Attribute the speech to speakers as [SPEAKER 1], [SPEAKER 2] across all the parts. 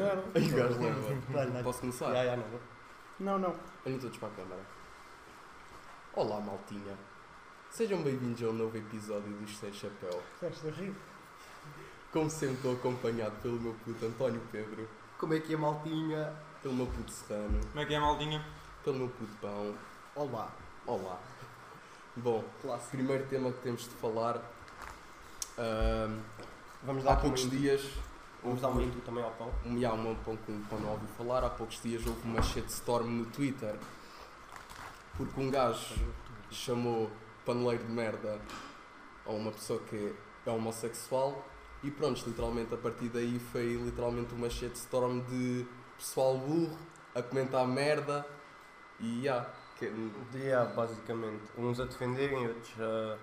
[SPEAKER 1] gajos
[SPEAKER 2] problema.
[SPEAKER 1] lembram. Dá-lhe, dá-lhe.
[SPEAKER 2] Posso começar?
[SPEAKER 1] Já, já, não. Não, não.
[SPEAKER 2] Eu não estou a para a câmara. Olá, maltinha. Sejam bem-vindos a um novo episódio dos Sem Chapéu.
[SPEAKER 1] Estás a rir.
[SPEAKER 2] Como sempre, estou acompanhado pelo meu puto António Pedro. Como é que é, maltinha? Pelo meu puto Serrano.
[SPEAKER 3] Como é que é, maldinha?
[SPEAKER 2] Pelo meu puto Pão.
[SPEAKER 1] Olá.
[SPEAKER 2] Olá. Bom,
[SPEAKER 1] Clássico.
[SPEAKER 2] primeiro tema que temos de falar. ahm,
[SPEAKER 1] Vamos
[SPEAKER 2] há
[SPEAKER 1] dar
[SPEAKER 2] poucos
[SPEAKER 1] também- um
[SPEAKER 2] dias.
[SPEAKER 1] Vamos dar um intro também ao pão.
[SPEAKER 2] um yeah, um pão com pão não ouvi falar, há poucos dias houve uma shitstorm no Twitter porque um gajo chamou paneleiro de merda a uma pessoa que é homossexual e pronto, literalmente a partir daí foi literalmente uma shitstorm de pessoal burro a comentar merda e yeah, que, é
[SPEAKER 1] Dia, é basicamente. Uns a defenderem, outros a,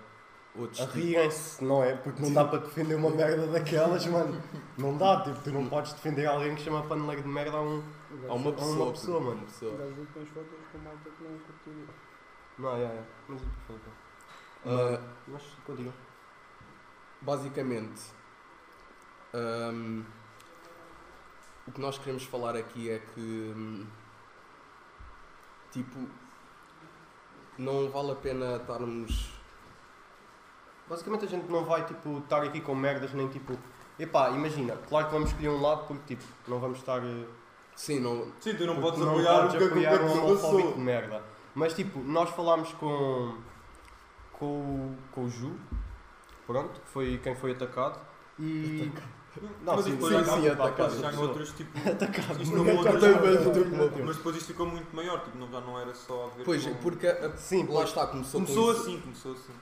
[SPEAKER 2] outros
[SPEAKER 1] a
[SPEAKER 2] tipos-
[SPEAKER 1] rirem-se, não é? Porque não dá para defender uma merda daquelas, mano. Não dá, tipo, tu não podes defender alguém que chama paneleiro de merda a um.
[SPEAKER 2] há uma
[SPEAKER 1] Há uma
[SPEAKER 2] pessoa,
[SPEAKER 1] pessoa,
[SPEAKER 2] uma
[SPEAKER 1] mano.
[SPEAKER 2] pessoa.
[SPEAKER 4] Das últimas fotos com malta que não
[SPEAKER 1] Tá
[SPEAKER 4] curtiu.
[SPEAKER 1] Não, já, já. Mas o que foi?
[SPEAKER 2] Uma-
[SPEAKER 1] Mas continua.
[SPEAKER 2] Basicamente, hum, o que nós queremos falar aqui é que, hum, tipo, não vale a pena estarmos.
[SPEAKER 1] Basicamente a gente não vai tipo estar aqui com merdas nem tipo. Epá, imagina, claro que vamos escolher um lado porque tipo, não vamos estar. eh,
[SPEAKER 2] Sim, não.
[SPEAKER 3] Sim, tu não
[SPEAKER 1] porque
[SPEAKER 3] podes apoiar o
[SPEAKER 1] podes
[SPEAKER 3] que
[SPEAKER 1] apoiar um
[SPEAKER 3] aconteceu.
[SPEAKER 1] homofóbico de merda. Mas tipo, nós falámos com. com, o- com o Ju, pronto, que foi quem foi atacado e. Não,
[SPEAKER 3] mas
[SPEAKER 1] sim,
[SPEAKER 3] depois
[SPEAKER 2] sim,
[SPEAKER 3] acaba-
[SPEAKER 2] sim,
[SPEAKER 3] pá,
[SPEAKER 2] atacado.
[SPEAKER 3] depois já em outros, tipo, isto não
[SPEAKER 1] Ninguém
[SPEAKER 3] outros-
[SPEAKER 1] está bem,
[SPEAKER 3] outros-
[SPEAKER 1] não tem
[SPEAKER 3] Mas depois isto ficou muito maior, tipo, não, já não era só a ver
[SPEAKER 2] Pois, é,
[SPEAKER 3] com-
[SPEAKER 2] porque a- a-
[SPEAKER 1] Sim,
[SPEAKER 2] lá
[SPEAKER 1] pois.
[SPEAKER 2] está, começou,
[SPEAKER 3] Começou
[SPEAKER 2] com
[SPEAKER 3] assim, começou assim.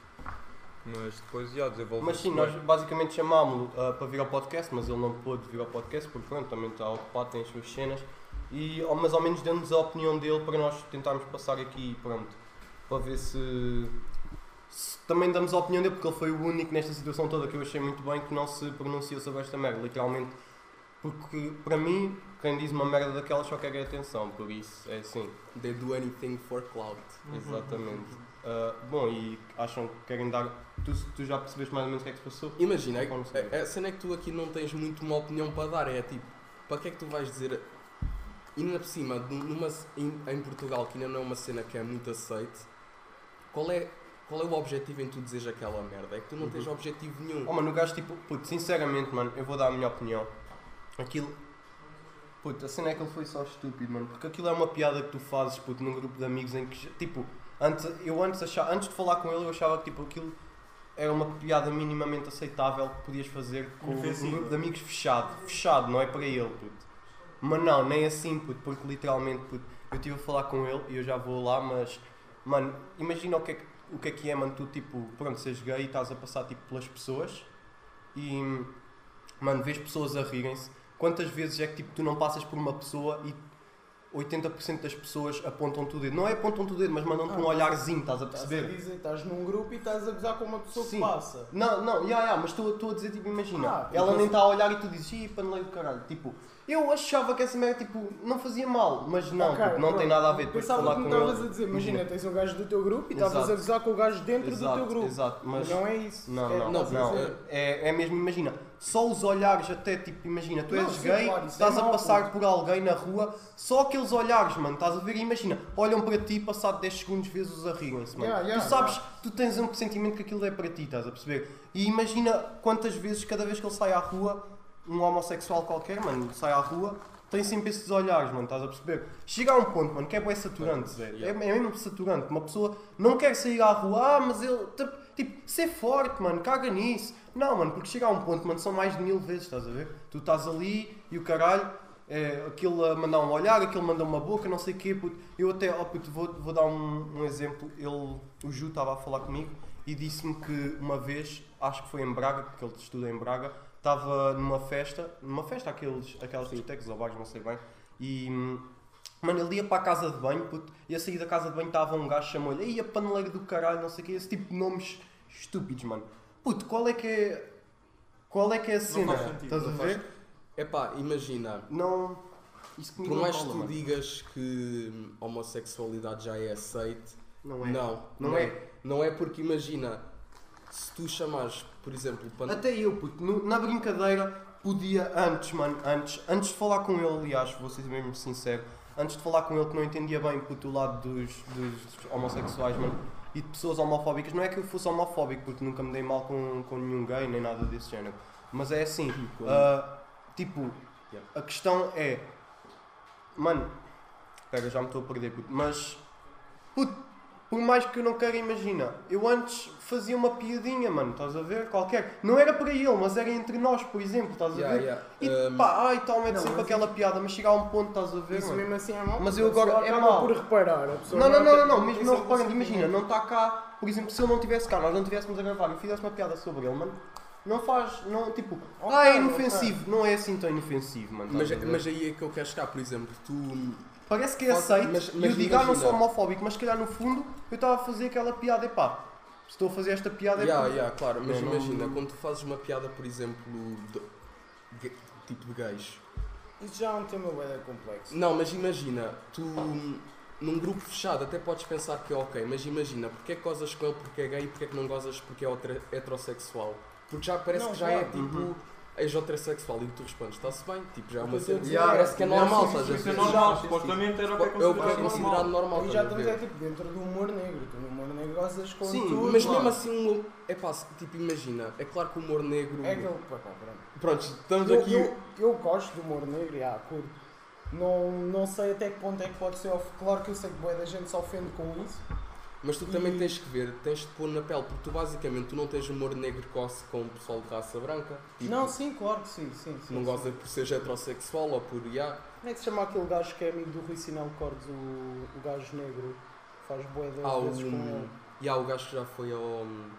[SPEAKER 5] Mas depois, já, desenvolveu
[SPEAKER 1] Mas sim, nós basicamente chamámos-lo ah, para vir ao podcast, mas ele não pôde vir ao podcast porque pronto, também está ocupado, tem as suas cenas. E, ao- mas ao menos deu-nos a opinião dele para nós tentarmos passar aqui, pronto, para ver se, se também damos a opinião dele, porque ele foi o único nesta situação toda que eu achei muito bem que não se pronunciou sobre esta merda, literalmente. Porque, para mim, quem diz uma merda daquela só quer atenção, por isso é assim.
[SPEAKER 2] They do anything for clout.
[SPEAKER 1] é?
[SPEAKER 3] Uhum.
[SPEAKER 1] Uhum. Exatamente. Ah, bom, e acham que querem dar. Tu, tu já percebeste mais ou menos o que é que se passou?
[SPEAKER 2] Imagina, é-
[SPEAKER 1] Vamos ver.
[SPEAKER 2] é- a cena é que tu aqui não tens muito uma opinião para dar, é tipo, para que é que tu vais dizer. E ainda por cima, de- numa, em, em Portugal, que ainda não é uma cena que é muito aceite, qual é, qual é o objetivo em tu dizeres aquela merda? É que tu não tens objetivo nenhum.
[SPEAKER 1] Oh, mano, o gajo, tipo, puto, sinceramente, mano, eu vou dar a minha opinião. Aquilo. Puto, a cena é que ele foi só estúpido, mano. Porque aquilo é uma piada que tu fazes, puto, num grupo de amigos em que. Tipo, antes, eu antes, achava, antes de falar com ele, eu achava que, tipo, aquilo era uma piada minimamente aceitável que podias fazer com um
[SPEAKER 3] Inofensiva.
[SPEAKER 1] grupo de amigos fechado. Fechado, não é para ele, puto. Mas não, nem assim, puto, porque literalmente, puto, eu estive a falar com ele e eu já vou lá, mas. Mano, imagina o que é que o que é que é, mano, tu tipo, pronto, seres gay e estás a passar tipo pelas pessoas e, mano, vês pessoas a rirem-se. Quantas vezes é que tipo tu não passas por uma pessoa e 80% das pessoas apontam-te o dedo? Não é apontam-te o dedo, mas mandam-te um
[SPEAKER 4] Ah.
[SPEAKER 1] olharzinho, estás a
[SPEAKER 4] Estás a
[SPEAKER 1] perceber?
[SPEAKER 4] dizer, estás num grupo e estás a gozar com uma pessoa
[SPEAKER 1] Sim.
[SPEAKER 4] que passa.
[SPEAKER 1] Não, não, yeah, yeah, mas estou estou a dizer, tipo, imagina,
[SPEAKER 4] Ah,
[SPEAKER 1] ela
[SPEAKER 4] então-
[SPEAKER 1] nem está a olhar e tu dizes, ih, paneleiro do caralho. Tipo, eu achava que essa merda, tipo, não fazia mal, mas não,
[SPEAKER 4] Ok,
[SPEAKER 1] tipo, não tem
[SPEAKER 4] pronto.
[SPEAKER 1] nada a ver. Depois de
[SPEAKER 4] Pensava
[SPEAKER 1] falar
[SPEAKER 4] que
[SPEAKER 1] com
[SPEAKER 4] me
[SPEAKER 1] ele.
[SPEAKER 4] estavas a dizer, imagina, tens um gajo do teu grupo e
[SPEAKER 1] Exato.
[SPEAKER 4] estavas a gozar com o gajo dentro
[SPEAKER 1] Exato,
[SPEAKER 4] do teu grupo.
[SPEAKER 1] Exato, mas.
[SPEAKER 4] Mas não é isso.
[SPEAKER 1] Não,
[SPEAKER 4] É
[SPEAKER 1] não,
[SPEAKER 4] o
[SPEAKER 1] não.
[SPEAKER 4] que estás a dizer.
[SPEAKER 1] É, é mesmo, imagina, só os olhares, até tipo, imagina, tu
[SPEAKER 4] Não,
[SPEAKER 1] és
[SPEAKER 4] sim,
[SPEAKER 1] gay,
[SPEAKER 4] claro, isso
[SPEAKER 1] estás
[SPEAKER 4] é
[SPEAKER 1] a
[SPEAKER 4] mau,
[SPEAKER 1] passar por alguém na rua, só aqueles olhares, mano, estás a ver? Imagina, olham para ti, passado 10 segundos, vezes a rirem-se, mano.
[SPEAKER 4] Yeah, yeah,
[SPEAKER 1] tu sabes, tu tens um sentimento que aquilo é para ti, estás a perceber? E imagina quantas vezes, cada vez que ele sai à rua, um homossexual qualquer, mano, sai à rua. Tem sempre esses olhares, mano, estás a perceber? Chega a um ponto, mano, que é bem saturante, Zé. É, é
[SPEAKER 2] Yeah.
[SPEAKER 1] mesmo saturante. Uma pessoa não quer sair à rua, ah, mas ele. Tipo, tipo, ser forte, mano, caga nisso. Não, mano, porque chega a um ponto, mano, são mais de mil vezes, estás a ver? Tu estás ali e o caralho, é, aquele a mandar um olhar, aquele mandar uma boca, não sei o quê, puto. Eu até, ó, puto, vou, vou dar um, um exemplo. Ele, o Ju estava a falar comigo e disse-me que uma vez, acho que foi em Braga, porque ele estuda em Braga, estava numa festa, numa festa, aqueles, aquelas discotecas ou bares, não sei bem, e. hum, Mano, ele ia para a casa de banho, puto, e a sair da casa de banho estava um gajo, chamou-lhe, aí a paneleira do caralho, não sei o quê, esse tipo de nomes estúpidos, mano. Puto, qual é que é. Qual é que é a cena?
[SPEAKER 3] faz sentido,
[SPEAKER 1] Estás a
[SPEAKER 3] não
[SPEAKER 1] ver?
[SPEAKER 2] Epá, imagina,
[SPEAKER 1] Não. Isso comigo
[SPEAKER 2] por
[SPEAKER 1] não
[SPEAKER 2] mais que
[SPEAKER 1] cola,
[SPEAKER 2] tu
[SPEAKER 1] mano.
[SPEAKER 2] digas que hum, homossexualidade já é aceite,
[SPEAKER 1] Não é.
[SPEAKER 2] Não,
[SPEAKER 1] Não
[SPEAKER 2] não,
[SPEAKER 1] é.
[SPEAKER 2] é. Não é porque imagina, se tu chamares, por exemplo, pan...
[SPEAKER 1] Até eu, puto, no- na brincadeira podia antes, mano, antes, antes de falar com ele, aliás, vou ser mesmo sincero, antes de falar com ele que não entendia bem puto, o lado dos, dos homossexuais, mano, e de pessoas homofóbicas, não é que eu fosse homofóbico, porque nunca me dei mal com, com nenhum gay nem nada desse género, mas é assim,
[SPEAKER 2] com-
[SPEAKER 1] ah, tipo,
[SPEAKER 2] Yeah.
[SPEAKER 1] a questão é, mano, espera, já me estou a perder, puto, mas, puto, por mais que eu não queira, imagina, eu antes fazia uma piadinha, mano, estás a ver? Qualquer. Não era para ele, mas era entre nós, por exemplo, estás a
[SPEAKER 2] Yeah,
[SPEAKER 1] ver?
[SPEAKER 2] yeah.
[SPEAKER 1] E
[SPEAKER 2] Um,
[SPEAKER 1] pá, ai tal, mete
[SPEAKER 4] não,
[SPEAKER 1] sempre
[SPEAKER 4] mas
[SPEAKER 1] aquela piada, mas chega a um ponto, estás a ver?
[SPEAKER 4] Isso
[SPEAKER 1] mano?
[SPEAKER 4] mesmo é assim é mau.
[SPEAKER 1] Mas eu agora-
[SPEAKER 4] A pessoa
[SPEAKER 1] é
[SPEAKER 4] acaba
[SPEAKER 1] mau.
[SPEAKER 4] por reparar. A pessoa
[SPEAKER 1] Não, não, não,
[SPEAKER 4] tem
[SPEAKER 1] não, não,
[SPEAKER 4] compreensão
[SPEAKER 1] mesmo não
[SPEAKER 4] do
[SPEAKER 1] reparando,
[SPEAKER 4] sentimento.
[SPEAKER 1] imagina, não está cá, por exemplo, se ele não estivesse cá, nós não estivéssemos a gravar e fizesse uma piada sobre ele, mano, não faz, não, tipo,
[SPEAKER 4] Ok,
[SPEAKER 1] ah, é
[SPEAKER 4] ok.
[SPEAKER 1] inofensivo, não é assim tão inofensivo, mano.
[SPEAKER 2] mas,
[SPEAKER 1] estás a ver?
[SPEAKER 2] mas aí é que eu quero chegar, por exemplo, tu.
[SPEAKER 1] Parece que é
[SPEAKER 2] Pode-
[SPEAKER 1] aceito
[SPEAKER 2] mas-
[SPEAKER 1] e eu
[SPEAKER 2] mas
[SPEAKER 1] digo, ah, não sou
[SPEAKER 2] imagina.
[SPEAKER 1] homofóbico, mas se calhar no fundo eu estava a fazer aquela piada, e pá, se estou a fazer esta piada
[SPEAKER 2] Yeah,
[SPEAKER 1] é porque-
[SPEAKER 2] yeah, claro, mas
[SPEAKER 1] Eu não-
[SPEAKER 2] imagina, quando tu fazes uma piada, por exemplo, do- ge- tipo de gays,
[SPEAKER 4] Isso já é um tema bem complexo.
[SPEAKER 2] Não, mas imagina, tu hum, num grupo fechado até podes pensar que é ok, mas imagina, porque é que gozas com ele porque é gay e porque é que não gozas porque é outra- heterossexual? Porque já parece
[SPEAKER 4] Não,
[SPEAKER 2] que já é
[SPEAKER 4] claro.
[SPEAKER 2] tipo. És heterossexual e tu respondes, está-se bem, tipo, já é uma
[SPEAKER 4] Porque eu
[SPEAKER 2] cena.
[SPEAKER 4] tô a
[SPEAKER 2] Yeah,
[SPEAKER 4] dizer,
[SPEAKER 2] parece que é
[SPEAKER 4] não,
[SPEAKER 2] normal,
[SPEAKER 4] isso-
[SPEAKER 2] estás a
[SPEAKER 3] Isso é
[SPEAKER 2] ver?
[SPEAKER 3] normal, supostamente era o que é
[SPEAKER 2] É o que é
[SPEAKER 3] considerado
[SPEAKER 2] considerado
[SPEAKER 3] normal.
[SPEAKER 2] normal.
[SPEAKER 4] Aí já
[SPEAKER 2] estás a
[SPEAKER 4] estamos
[SPEAKER 2] ver?
[SPEAKER 4] é tipo dentro do humor negro. Tu no humor negro gozas com
[SPEAKER 1] Sim,
[SPEAKER 4] tudo.
[SPEAKER 2] Mas
[SPEAKER 4] mano.
[SPEAKER 2] mesmo assim, um- é pá, se- tipo, imagina, é claro que o humor negro.
[SPEAKER 1] assim-
[SPEAKER 4] É aquele. Pá, pá, pronto.
[SPEAKER 2] Pronto, estamos
[SPEAKER 4] Eu,
[SPEAKER 2] aqui.
[SPEAKER 4] eu, eu gosto do humor negro, já, curto. Não, não sei até que ponto é que pode ser off. Claro que eu sei que boa da gente se ofende com isso.
[SPEAKER 2] Mas tu também tens que ver, tens de pôr na pele, porque tu basicamente tu não tens humor negro coce com o pessoal de raça branca. Tipo,
[SPEAKER 4] Não, sim, claro que sim, sim. sim
[SPEAKER 2] não
[SPEAKER 4] sim.
[SPEAKER 2] gosta por ser heterossexual ou por IA.
[SPEAKER 4] Como é que se chama aquele gajo que é amigo do Rui Sinal Cordes, o, o gajo negro? que Faz boé das
[SPEAKER 2] Há
[SPEAKER 4] vezes com
[SPEAKER 2] um.
[SPEAKER 4] ele.
[SPEAKER 2] E há o gajo que já foi ao. hum,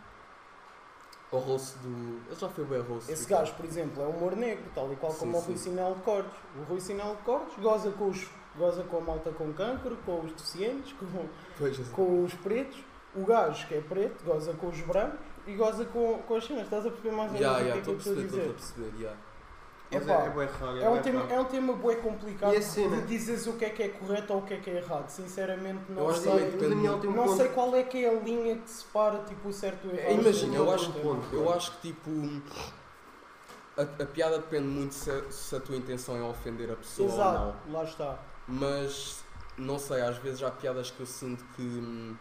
[SPEAKER 2] ao rosto do. Ele já foi bem rosto. tipo,
[SPEAKER 4] Esse gajo, por exemplo, é humor negro, tal e qual
[SPEAKER 2] Sim,
[SPEAKER 4] como o
[SPEAKER 2] sim.
[SPEAKER 4] Rui Sinal de Cortes. O Rui Sinal de Cortes goza com, os, goza com a malta com cancro, com os deficientes, com,
[SPEAKER 2] Pois, assim.
[SPEAKER 4] com os pretos. O gajo que é preto goza com os brancos e goza com, com as cenas. Estás a perceber mais ou menos
[SPEAKER 2] Ya,
[SPEAKER 4] o que
[SPEAKER 2] ya,
[SPEAKER 4] é que
[SPEAKER 2] estou
[SPEAKER 4] eu
[SPEAKER 2] a
[SPEAKER 4] estou a
[SPEAKER 2] perceber, estou a
[SPEAKER 4] dizer?
[SPEAKER 2] perceber, ya.
[SPEAKER 1] Mas
[SPEAKER 4] Epá,
[SPEAKER 1] é, é bué raro,
[SPEAKER 4] É um,
[SPEAKER 1] bué
[SPEAKER 4] tema,
[SPEAKER 1] raro.
[SPEAKER 4] é um tema bué complicado
[SPEAKER 1] E a cena?
[SPEAKER 4] de dizeres o que é que é correto ou o que é que é errado. Sinceramente, não
[SPEAKER 2] Eu acho que
[SPEAKER 1] Mas
[SPEAKER 4] sei.
[SPEAKER 2] também
[SPEAKER 1] o
[SPEAKER 2] depende
[SPEAKER 1] Daniel
[SPEAKER 2] muito.
[SPEAKER 1] tem um
[SPEAKER 4] não
[SPEAKER 1] ponto.
[SPEAKER 4] sei qual é que é a linha que separa tipo, o certo e o errado.
[SPEAKER 2] É, Imagina, eu
[SPEAKER 1] Sim,
[SPEAKER 2] acho,
[SPEAKER 1] sim, sim.
[SPEAKER 2] eu acho que tipo. A, a piada depende muito se, se a tua intenção é ofender a pessoa ou não.
[SPEAKER 4] Exato, lá está.
[SPEAKER 2] Mas não sei, às vezes há piadas que eu sinto que. hum,